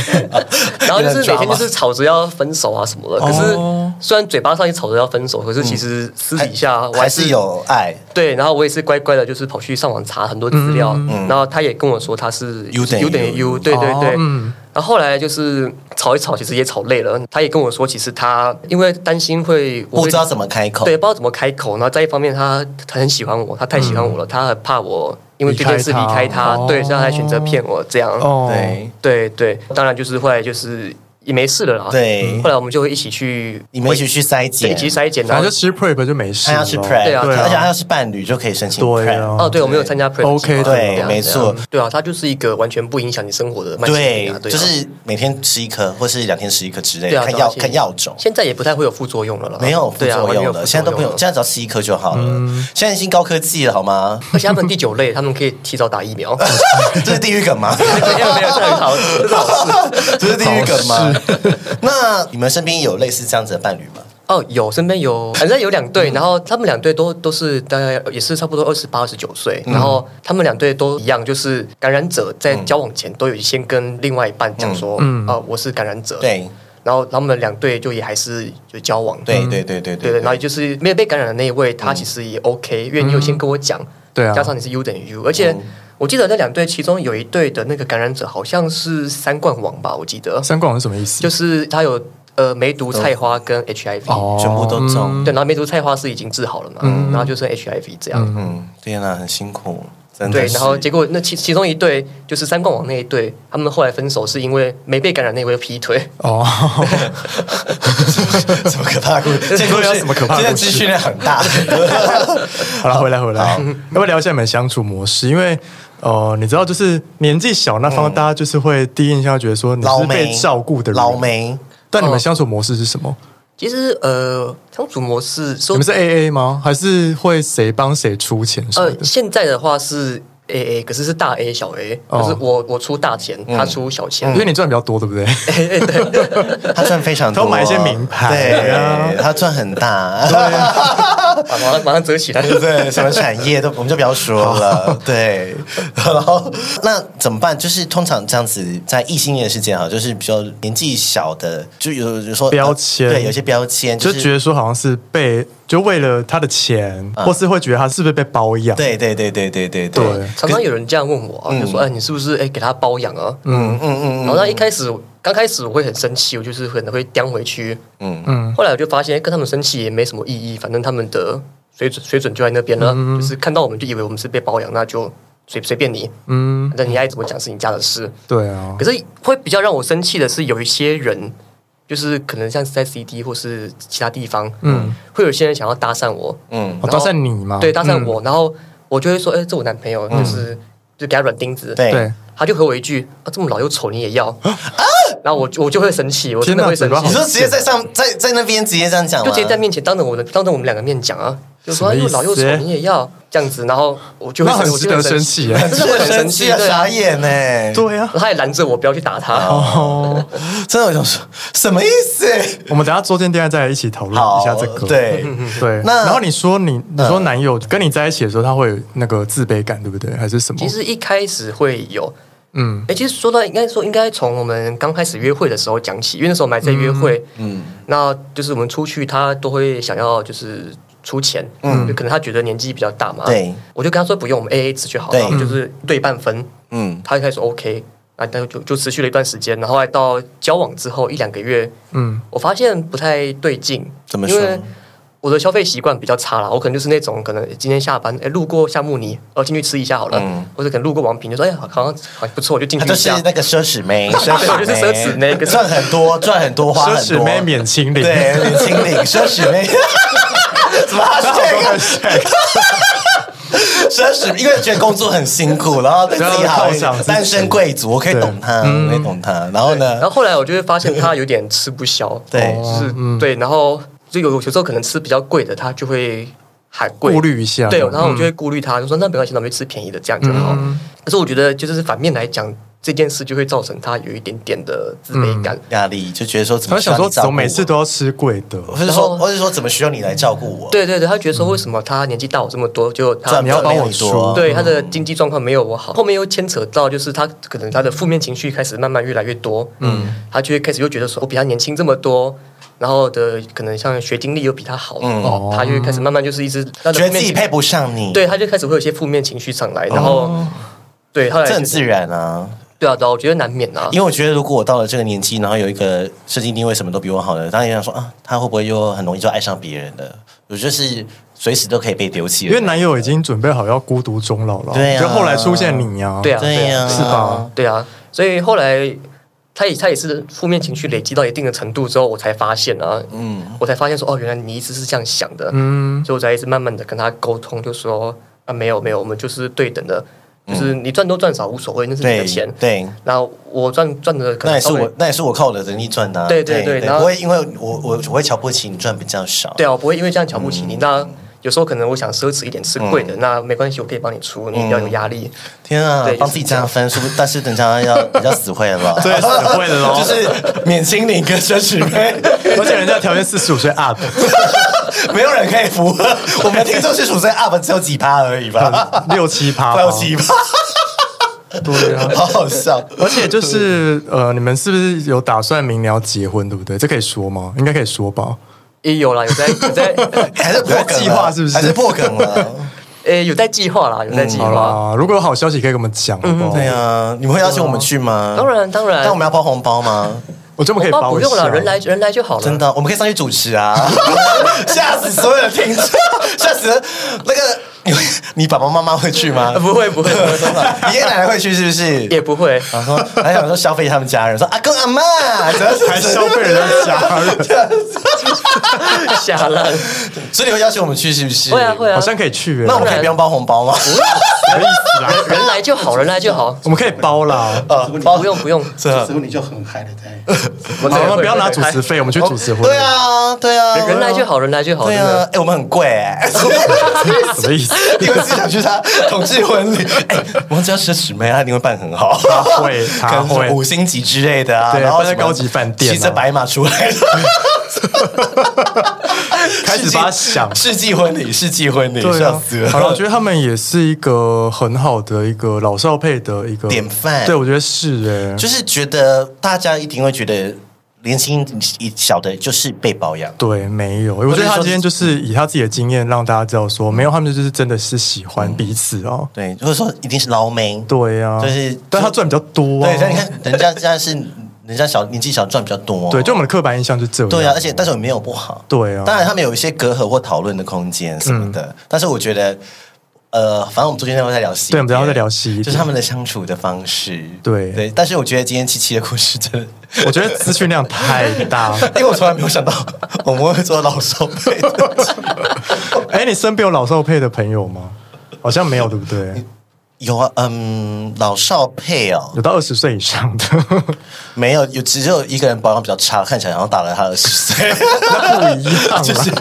Speaker 3: 然后就是每天就
Speaker 2: 有点
Speaker 3: 是吵着要分手啊什么的。可是
Speaker 1: 哦
Speaker 3: 虽然嘴巴上也吵着要分手，可是其实私底下我
Speaker 2: 还
Speaker 3: 是
Speaker 2: 是有爱。
Speaker 3: 对，然后我也是乖乖的，就是跑去上网查很多资料，然后他也跟我说他是
Speaker 2: U 等于
Speaker 3: U 等于 U，对对对。然后后来就是吵一吵，其实也吵累了，他也跟我说，其实他因为担心会我
Speaker 2: 不
Speaker 3: 会
Speaker 2: 知道怎么开口，
Speaker 3: 对，不知道怎么开口。然后在一方面，他他很喜欢我，他太喜欢
Speaker 2: 嗯
Speaker 3: 我了，他很怕我因为这件事
Speaker 1: 离
Speaker 3: 离
Speaker 1: 开他
Speaker 3: 开他，
Speaker 1: 哦
Speaker 3: 对，所以他才选择骗我这样。
Speaker 1: 哦，
Speaker 2: 对
Speaker 3: 对对，当然就是后来就是也没事了啦。
Speaker 2: 对
Speaker 3: 后来我们就哦会一起去，
Speaker 2: 你们一起去筛检，
Speaker 3: 一起筛检，然
Speaker 1: 反
Speaker 3: 后
Speaker 1: 正就吃 prep 就没事
Speaker 2: 他
Speaker 1: 咯，
Speaker 2: 要去 prep，
Speaker 3: 对啊
Speaker 1: 对啊
Speaker 2: 而且他要是伴侣就可以申请
Speaker 1: 对
Speaker 2: prep，
Speaker 1: 啊
Speaker 3: 哦，对，我们有参加 Pre
Speaker 1: OK 的
Speaker 2: 对没错，
Speaker 3: 对啊，它就是一个完全不影响你生活的慢性病
Speaker 2: 对
Speaker 3: 啊，，对啊
Speaker 2: 就是每天吃一颗，或是两天吃一颗之类
Speaker 3: 对
Speaker 2: 的，
Speaker 3: 啊，
Speaker 2: 看
Speaker 3: 对啊
Speaker 2: 药
Speaker 3: 现
Speaker 2: 看药种。
Speaker 3: 现在也不太会有副作用了啦，
Speaker 2: 没有副
Speaker 3: 对啊
Speaker 2: 作
Speaker 3: 完全
Speaker 2: 用
Speaker 3: 没有
Speaker 2: 了，
Speaker 3: 副
Speaker 2: 现在都不用，
Speaker 3: 作嗯
Speaker 2: 现在只要吃一颗就好了。现在已经高科技了，好 吗？
Speaker 3: 而且他们第九类，他们可以提早打疫苗，
Speaker 2: 这是地狱梗 吗？
Speaker 3: 没有没有，这很好，这是好事。
Speaker 2: 这是地狱梗吗？ 那你们身边有类似这样子的伴侣吗？
Speaker 3: 哦，有身边有，反正有两对，然后他们两对都都是大概也是差不多二十八、二十九岁，然后他们两对都一样，就是感染者在交往前都有先跟另外一半讲说，
Speaker 1: 嗯嗯
Speaker 3: 啊，我是感染者，，
Speaker 2: 对
Speaker 3: 然后他们两对就也还是就交往，
Speaker 2: 对对对嗯对
Speaker 3: 对对，然后就是没有被感染的那一位，他其实也 OK，、因为你有先跟我讲，
Speaker 1: 对啊
Speaker 3: 加上你是 U 等于 U，而且我记得那两队其中有一队的那个感染者好像是三冠王吧，我记得
Speaker 1: 三冠王是什么意思？
Speaker 3: 就是是他有呃梅毒、菜花跟 HIV，、
Speaker 1: 哦
Speaker 2: 全部都中。
Speaker 3: 对，然后梅毒、菜花是已经治好了嘛，然后就剩 HIV 这样，
Speaker 2: 嗯，天哪，很辛苦，嗯真的
Speaker 3: 对，
Speaker 2: 是。
Speaker 3: 然后结果那其其中一队就是三冠王那一队，他们后来分手是因为没被感染那位劈腿，
Speaker 1: 哦，
Speaker 2: 什么可怕的故 事？这故
Speaker 1: 对啊
Speaker 2: 事
Speaker 1: 什么可怕的
Speaker 2: 这个
Speaker 1: 故事
Speaker 2: 资讯量很 大。
Speaker 1: 好了，回来回来，要不要聊一下你们相处模式？因为呃，你知道，就是年纪小那方，大家就是会第一印象觉得说你
Speaker 2: 嗯老
Speaker 1: 是
Speaker 2: 梅
Speaker 1: 被照顾的人，
Speaker 2: 老。梅，
Speaker 1: 但你们相处模式是什么？
Speaker 3: 其实呃相处模式
Speaker 1: 你
Speaker 3: 说
Speaker 1: 们是 A A 吗？还是会谁帮谁出钱什么
Speaker 3: 呃，
Speaker 1: 的？
Speaker 3: 现在的话是 A A，可是是大 A 小 A，、
Speaker 1: 哦嗯
Speaker 3: 可是我我出大钱，他出小
Speaker 2: 嗯
Speaker 3: 钱，
Speaker 1: 因为你赚比较多，对不对？
Speaker 2: 他赚非常多，
Speaker 1: 他买一些名牌啊
Speaker 2: 对，他赚很 大，
Speaker 3: 啊马上马上折起来。
Speaker 2: 对对，什么产业都我们就不要说了，对。然后那怎么办？就是通常这样子，在异性恋事件哈，就是比较年纪小的，就有有说
Speaker 1: 标签
Speaker 2: 对，有些标签
Speaker 1: 就
Speaker 2: 就是
Speaker 1: 觉得说好像是被，就为了他的钱，
Speaker 2: 嗯
Speaker 1: 或是会觉得他是不是被包养？
Speaker 2: 对对对对对对对
Speaker 1: 对
Speaker 3: 常常有人这样问我、
Speaker 1: 嗯
Speaker 3: 啊，就说：“哎，你是不是哎给他包养啊？”
Speaker 2: 嗯嗯嗯
Speaker 3: 然后那一开始刚开始我会很生气，我就是可能会刁回去。
Speaker 2: 嗯
Speaker 3: 后来我就发现哎跟他们生气也没什么意义，反正他们的水准水准就在那边了，
Speaker 1: 嗯
Speaker 3: 就是看到我们就以为我们是被包养，那就随随便你，
Speaker 1: 嗯，
Speaker 3: 反正你爱怎么讲是你家的事。
Speaker 1: 对啊
Speaker 3: 可，是会比较让我生气的是，有一些人，就是可能像是在 CD 或是其他地方，嗯，会有些人想要搭讪我，
Speaker 2: 嗯
Speaker 1: 哦
Speaker 3: 然
Speaker 1: 搭
Speaker 3: 后
Speaker 1: 讪你吗嗯
Speaker 3: 对，搭讪我，然后我就会说，哎、这我男朋友，就是、就给他软钉子，
Speaker 2: 对啊
Speaker 1: 对，
Speaker 3: 他就回我一句，啊，这么老又丑你 也要，然后我就我就会生气，我真
Speaker 1: 天
Speaker 3: 的
Speaker 1: 哪
Speaker 3: 会生
Speaker 1: 嘴巴
Speaker 3: 气
Speaker 1: 好
Speaker 2: 你，说直接在上在在那边直接这样讲
Speaker 3: 就
Speaker 2: 吗，
Speaker 3: 直接在面前当着我的当着我们两个面讲啊，就说
Speaker 1: 什
Speaker 3: 哎
Speaker 1: 么意
Speaker 3: 又
Speaker 1: 思
Speaker 3: 老又丑你也要这样子，然后我就会
Speaker 1: 那很
Speaker 3: 我
Speaker 1: 值
Speaker 3: 就会
Speaker 1: 得生气耶
Speaker 3: 真的会很生气，
Speaker 2: 啊，
Speaker 3: 对啊
Speaker 2: 傻，眼欸呢、
Speaker 1: 对啊
Speaker 3: 然后，他也拦着我不要去打他。
Speaker 1: 哦，
Speaker 2: 真的我想说什么意思？
Speaker 1: 我们等一下周间恋爱再一起讨论一下这个。
Speaker 2: 好对，嗯
Speaker 1: 对，
Speaker 2: 那
Speaker 1: 然后你说你你说男友跟你在一起的时候，他会有那个自卑感，对不对？还是什么？
Speaker 3: 其实一开始会有，
Speaker 1: 嗯
Speaker 3: 哎、其实说到应该说应该从我们刚开始约会的时候讲起，因为那时候我们还在约会，嗯，那就是我们出去，他都会想要就是出钱，嗯，就可能他觉得年纪比较大嘛，
Speaker 2: 对，
Speaker 3: 我就跟他说不用，我们 A A 制就好
Speaker 2: 对
Speaker 3: 了，我们就是对半分，
Speaker 2: 嗯
Speaker 3: 他一开始 O K。啊，那就就持续了一段时间，然后来到交往之后一两个月，
Speaker 1: 嗯，
Speaker 3: 我发现不太对劲，
Speaker 2: 怎么说
Speaker 3: 因为我的消费习惯比较差啦，我可能就是那种可能今天下班，哎，路过夏慕尼，哦，进去吃一下好了，
Speaker 2: 嗯
Speaker 3: 或者可能路过王品，就说，哎呀，好像好像不错，我就进
Speaker 2: 他
Speaker 3: 去
Speaker 2: 就
Speaker 3: 一
Speaker 2: 是
Speaker 3: 下。
Speaker 2: 那个奢侈妹，奢
Speaker 3: 对我
Speaker 2: 侈
Speaker 3: 就是
Speaker 2: 妹，
Speaker 3: 奢侈妹可是
Speaker 2: 赚很多，赚很多，花
Speaker 1: 奢
Speaker 2: 很多，
Speaker 1: 侈妹免清零，
Speaker 2: 对， 免清零，奢侈妹，怎么 h a s 奢侈，因为觉得工作很辛苦，然后对自己好 一
Speaker 1: 然后犒赏自己
Speaker 2: 点，
Speaker 1: 嗯
Speaker 2: 单身贵族，我可以懂他，我可以懂他。然后呢
Speaker 3: 然后，后来我就会发现他有点吃不消，哦
Speaker 1: 哦
Speaker 2: 对
Speaker 3: 就是
Speaker 1: 嗯
Speaker 3: 对，然后就有有时候可能吃比较贵的，他就会喊贵，
Speaker 1: 顾虑一下嗯
Speaker 3: 对，然后我就会顾虑他，就说那没关系，那我们就吃便宜的，这样就好。可是我觉得就是反面来讲，这件事就会造成他有一点点的自卑
Speaker 1: 嗯
Speaker 3: 感。
Speaker 2: 压力就觉得说，怎
Speaker 1: 他
Speaker 2: 么
Speaker 1: 会
Speaker 2: 需
Speaker 1: 想
Speaker 2: 要
Speaker 1: 说
Speaker 2: 你照
Speaker 1: 怎
Speaker 2: 顾
Speaker 1: 么
Speaker 2: 我？
Speaker 1: 每次都要吃贵的，
Speaker 2: 或是
Speaker 3: 然后
Speaker 2: 说，或是说，怎么需要你来照顾我？
Speaker 3: 对对对，他觉得说为什么他年纪大我这么多，就
Speaker 2: 嗯
Speaker 3: 他
Speaker 2: 赚
Speaker 1: 你要
Speaker 2: 不了
Speaker 1: 帮我
Speaker 2: 你多，嗯
Speaker 1: 出
Speaker 3: 对他的经济状况没有我好，后面又牵扯到就是他可能他的负面情绪开始慢慢越来越多，嗯，他就会开始又觉得说，我比他年轻这么多，然后的可能像学经历又比他好，哦，他就会开始慢慢就是一直
Speaker 2: 嗯
Speaker 3: 他的
Speaker 2: 哦觉
Speaker 3: 负
Speaker 2: 得自
Speaker 3: 面
Speaker 2: 己
Speaker 3: 情
Speaker 2: 配不上你，
Speaker 3: 对，他就开始会有一些负面情绪上来，然后、对他来
Speaker 2: 哦这很自然啊。
Speaker 3: 对啊，对啊，我觉得难免啊，
Speaker 2: 因为我觉得，如果我到了这个年纪，然后有一个设计定位什么都比我好的，当然也想说啊，他会不会又很容易就爱上别人的？我就是随时都可以被丢弃
Speaker 1: 因
Speaker 2: 的
Speaker 1: 为男友已经准备好要孤独终老了，
Speaker 2: 对啊
Speaker 1: 就后来出现你呀，
Speaker 3: 对啊
Speaker 2: 对呀、
Speaker 1: 是吧？
Speaker 3: 对啊，所以后来他也他也是负面情绪累积到一定的程度之后，我才发现啊，嗯，我才发现说哦，原来你一直是这样想的，嗯，所以我才一直慢慢的跟他沟通，就说啊，没有没有，我们就是对等的，就是你赚多赚少无所谓，那是你的
Speaker 2: 对
Speaker 3: 钱，
Speaker 2: 嗯对，
Speaker 3: 然后我赚赚的可
Speaker 2: 那
Speaker 3: 能
Speaker 2: 也是
Speaker 3: 稍微
Speaker 2: 我，那也是我靠我的能力赚的、啊。
Speaker 3: 对对对然后
Speaker 2: 不会因为我我我会瞧不起你赚比较少。
Speaker 3: 对啊，我不会因为这样瞧不
Speaker 2: 嗯
Speaker 3: 起你，那。有时候可能我想奢侈一点吃贵的，那没关系，我可以帮你出，你比
Speaker 2: 嗯
Speaker 3: 较有压力。
Speaker 2: 天啊
Speaker 3: 对，
Speaker 2: 帮自己加分，是不是？但是等一下要比较死会了，
Speaker 1: 对死会了咯
Speaker 2: 就是免清零跟奢侈费，
Speaker 1: 而且人家条件四十五岁啊 up，
Speaker 2: 没有人可以符合。我们听众是属于 up 只有几趴而已吧，
Speaker 1: 六七 趴，
Speaker 2: 快有几趴，
Speaker 1: 对啊。
Speaker 2: 好好笑。
Speaker 1: 而且就是呃，你们是不是有打算明年要结婚，对不对？这可以说吗？应该可以说吧。
Speaker 3: 也有啦，有在有在，
Speaker 2: 还是破梗了啊
Speaker 1: 计划是不是
Speaker 2: 还是破梗啊了？
Speaker 3: 诶、有在计划啦，有在计
Speaker 1: 嗯好
Speaker 3: 划。
Speaker 1: 啦，如果有好消息可以跟我们讲，好不好？
Speaker 2: 对啊，你们会邀请我们去吗？
Speaker 3: 当然当然
Speaker 2: 但我们要包红包吗？
Speaker 1: 我这么可以
Speaker 3: 红包
Speaker 1: 包
Speaker 3: 不
Speaker 1: 一下
Speaker 3: 用了，人来人来就好了。
Speaker 2: 真的，我们可以上去主持啊！ 吓死所有的听众，吓死了那个你会你爸爸妈妈会去吗
Speaker 3: 呃？ 不会不会，不会
Speaker 2: 爷爷奶奶会去是不是？
Speaker 3: 也 不会。
Speaker 2: 然后说还想说消费他们家 人，说阿公阿妈，还
Speaker 1: 还消费人家家人，
Speaker 3: 下烂，
Speaker 2: 所以你会邀请我们去是不是？
Speaker 3: 会啊会啊
Speaker 1: 好像可以去耶，
Speaker 2: 那我们可以不用包红包吗？
Speaker 1: 什么意思啦？
Speaker 3: 人来就
Speaker 1: 哦
Speaker 3: 好，人来就好，
Speaker 1: 我们可以包啦。
Speaker 2: 呃包
Speaker 1: 哦
Speaker 3: 不用不用，
Speaker 2: 是啊
Speaker 4: 时候你就很嗨的在。
Speaker 3: 我
Speaker 1: 好，
Speaker 3: 这个
Speaker 1: 那
Speaker 3: 会
Speaker 1: 不要拿主持，
Speaker 3: 会
Speaker 1: 费，我们去主持婚礼。
Speaker 2: 哎哦 对，啊对啊，
Speaker 3: 会人来就好，人来就好，
Speaker 2: 对
Speaker 3: 真
Speaker 2: 啊
Speaker 3: 的。，
Speaker 2: 哎，我们很贵 哎。
Speaker 1: 什么意 思？
Speaker 2: 你们是想去他同志婚礼？哎、我只要奢侈啊妹，他一定会办很好，
Speaker 1: 他 会他
Speaker 2: 可能是
Speaker 1: 会
Speaker 2: 五星级之类的啊，
Speaker 1: 对
Speaker 2: 然后
Speaker 1: 办在
Speaker 2: 什么
Speaker 1: 高级饭店啊
Speaker 2: 骑着白马出来的，
Speaker 1: 开始把它想
Speaker 2: 世纪婚礼，世纪婚礼，
Speaker 1: 对
Speaker 2: 笑
Speaker 1: 啊
Speaker 2: 死了。，
Speaker 1: 好了，我觉得他们也是一个很好的一个老少配的一个
Speaker 2: 典范
Speaker 1: 对，我觉得是哎，
Speaker 2: 就是觉得大家一定会觉得年轻小的就是被保养。
Speaker 1: 对，没有。我觉得他今天就是以他自己的经验让大家知道
Speaker 2: 嗯
Speaker 1: 说，没有，他们就是真的是喜欢彼此哦。
Speaker 2: 对，或者说一定是捞妹，
Speaker 1: 对呀、啊，
Speaker 2: 就是
Speaker 1: 但他赚比较多、啊。
Speaker 2: 对，像你看，人家现在是人家小年纪小赚比较多、
Speaker 1: 对，就我们的刻板印象就这样。
Speaker 2: 对啊，而且但是我没有不好，
Speaker 1: 对啊嗯
Speaker 2: 当然他们有一些隔阂或讨论的空间什么的，但是我觉得，呃，反正我们中间待会再聊细一点，
Speaker 1: 对我们等一下再聊细一点
Speaker 2: 就是他们的相处的方式，
Speaker 1: 对
Speaker 2: 对，但是我觉得今天七七的故事真的。
Speaker 1: 我觉得资讯量太大。
Speaker 2: 因为我从来没有想到我们会做老 少配的，
Speaker 1: 哎，你身边有老少配的朋友吗？好像没有，对不对？
Speaker 2: 有啊，嗯，老少配哦，
Speaker 1: 有到二十岁以上 的
Speaker 2: 没有，有只有一个人保养比较差，看起来好像打了他二十 岁，
Speaker 1: 不一 样啦。
Speaker 2: 就是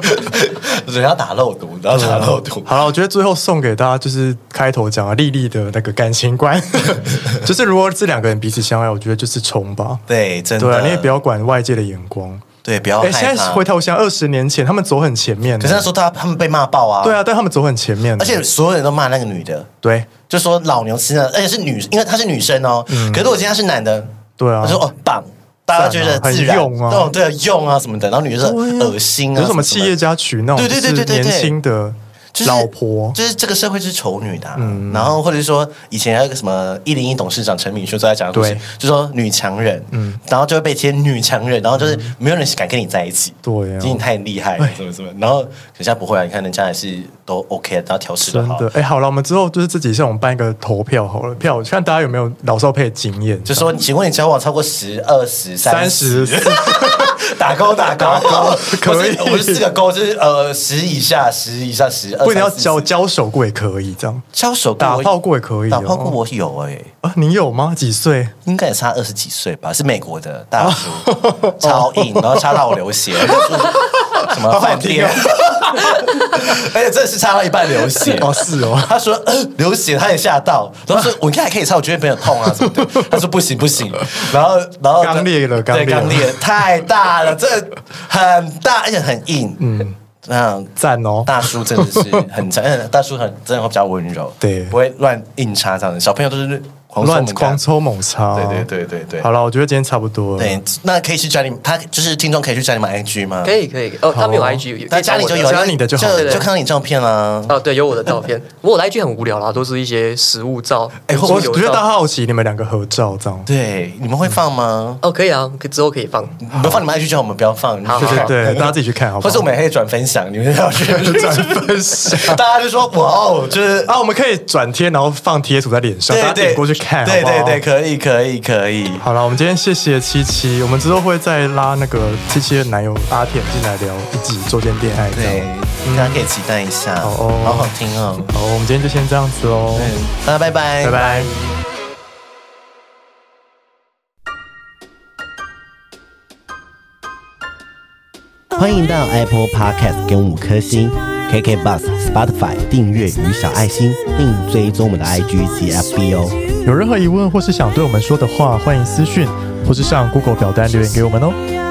Speaker 2: 人要打肉毒，人要打肉毒，
Speaker 1: 好了，我觉得最后送给大家就是开头讲啊，丽丽的那个感情观， 就是如果这两个人彼此相爱，我觉得就是冲吧。
Speaker 2: 对，真的，
Speaker 1: 对啊，你也不要管外界的眼光。
Speaker 2: 对，不要害
Speaker 1: 哎，
Speaker 2: 怕。
Speaker 1: 现在回头想，二十年前他们走很前面呢，
Speaker 2: 可是那时候他他们被骂爆啊，
Speaker 1: 嗯对，啊，但他们走很前面呢，
Speaker 2: 而且所有人都骂那个女的，
Speaker 1: 对
Speaker 2: 就说老牛吃那，而且是女，因为她是女生哦。可是我今天她是男的，
Speaker 1: 嗯对啊
Speaker 2: 我，说哦棒，大家觉得自
Speaker 1: 很
Speaker 2: 然，
Speaker 1: 用啊
Speaker 2: 哦对啊用啊什么的，然后女的说
Speaker 1: 对啊
Speaker 2: 恶心啊，
Speaker 1: 有什么企业家娶那种
Speaker 2: 对对对对对
Speaker 1: 就是年
Speaker 2: 对
Speaker 1: 轻的
Speaker 2: 就是
Speaker 1: 老婆，嗯
Speaker 2: 就是这个社会是丑女的啊、然后或者说以前还有个什么一零一董事长陈敏秀都在讲的故事
Speaker 1: 对，嗯
Speaker 2: 就说女强人，然后就会被贴女强人，然后就是没有人敢跟你在一起，
Speaker 1: 对啊
Speaker 2: 因为你太厉害了，什么什么，然后可现在不会啊，你看人家还是都 OK，然后调试的
Speaker 1: 真
Speaker 2: 好
Speaker 1: 的，。哎、好了，我们之后就是自己像我们办一个投票好了，票看大家有没有老少配的经验，
Speaker 2: 就说，请问你交往超过十二、十、
Speaker 1: 三
Speaker 2: 三
Speaker 1: 十
Speaker 2: 十，
Speaker 1: 四，
Speaker 2: 打勾打勾，
Speaker 1: 可以
Speaker 2: 不是我是四个勾，就是呃十以下，十以下，十二。
Speaker 1: 不一定要
Speaker 2: 三四
Speaker 1: 交
Speaker 2: 四
Speaker 1: 交手过也可以这样。
Speaker 2: 交手过
Speaker 1: 打
Speaker 2: 我
Speaker 1: 炮过也可以哦
Speaker 2: 打炮过我有哎、
Speaker 1: 啊，你有吗？几岁？
Speaker 2: 应该也差二十几岁吧，是美国的大叔，
Speaker 1: 哦
Speaker 2: 超硬，然后插到我流 血，什么饭店， 而且真的是插到一半流血。
Speaker 1: 哦，是哦，
Speaker 2: 他说、呃流血，他也吓到，然
Speaker 1: 啊
Speaker 2: 后说我应该还可以插，我觉得没有痛啊什么 的。他说不行不行，然后然后
Speaker 1: 刚裂了刚
Speaker 2: 对
Speaker 1: 裂了
Speaker 2: 刚裂了太大了，这很大而且很硬，嗯，那
Speaker 1: 赞哦。
Speaker 2: 大叔真的是很强，嗯大叔很真的会比较温柔，
Speaker 1: 对
Speaker 2: 不会乱硬插这样的。小朋友都是狂
Speaker 1: 乱
Speaker 2: 送
Speaker 1: 狂
Speaker 2: 门
Speaker 1: 抽猛插，哦
Speaker 2: 对对对对对
Speaker 1: 好了，我觉得今天差不多了。
Speaker 2: 对，那可以去加你，他就是听众可以去加你们 IG 吗？
Speaker 3: 可，以可以，哦，他们有
Speaker 1: 好啊
Speaker 3: IG，也可
Speaker 2: 那
Speaker 3: 以找
Speaker 2: 加你
Speaker 3: 我
Speaker 2: 就
Speaker 3: 的
Speaker 2: 有，
Speaker 1: 加你的就好
Speaker 2: 就
Speaker 3: 对对
Speaker 2: 就看到你照片啊啦。
Speaker 3: 哦，对，有我的照片。 不过我的 IG 很无聊啦，都是一些食物照。
Speaker 1: 哎，我
Speaker 3: 桌
Speaker 1: 我
Speaker 3: 游
Speaker 1: 觉得
Speaker 3: 照
Speaker 1: 大家好奇你们两个合照这样。
Speaker 2: 对，你们会放吗？
Speaker 3: 哦，可以啊，可以之后可以放。
Speaker 2: 你们放你们 IG 就好，我们不要放。
Speaker 3: 好
Speaker 2: 你们
Speaker 3: 好
Speaker 1: 对
Speaker 3: 好
Speaker 1: 对，大家自己去看好不
Speaker 2: 或
Speaker 1: 好？
Speaker 2: 是我们也可以转分享，你 们要去
Speaker 1: 转分享。
Speaker 2: 大家就说哇哦，就是
Speaker 1: 啊，我们可以转贴，然后放贴图在脸上，大
Speaker 2: 对
Speaker 1: 家点
Speaker 2: 对
Speaker 1: 过去看，
Speaker 2: 对
Speaker 1: 好不
Speaker 2: 对
Speaker 1: 好
Speaker 2: 对，。可以可以可以。
Speaker 1: 好了，我们今天谢谢七七，我们之后会再拉那个七七的男友阿田进来聊一集周间恋爱这
Speaker 2: 对
Speaker 1: 样。，
Speaker 2: 大家可以期待一下，
Speaker 1: 好哦
Speaker 2: 好好听嗯哦。
Speaker 1: 好，我们今天就先这样子喽，
Speaker 2: 嗯，大家拜拜，
Speaker 1: 拜拜。
Speaker 5: 欢迎到 Apple Podcast 给我们五颗星，KK Bus、Spotify 订阅与小爱心，并追踪我们的 IG 及 FB 哦。
Speaker 1: 有任何疑问或是想对我们说的话，欢迎私讯或是上 Google 表单留言给我们哦。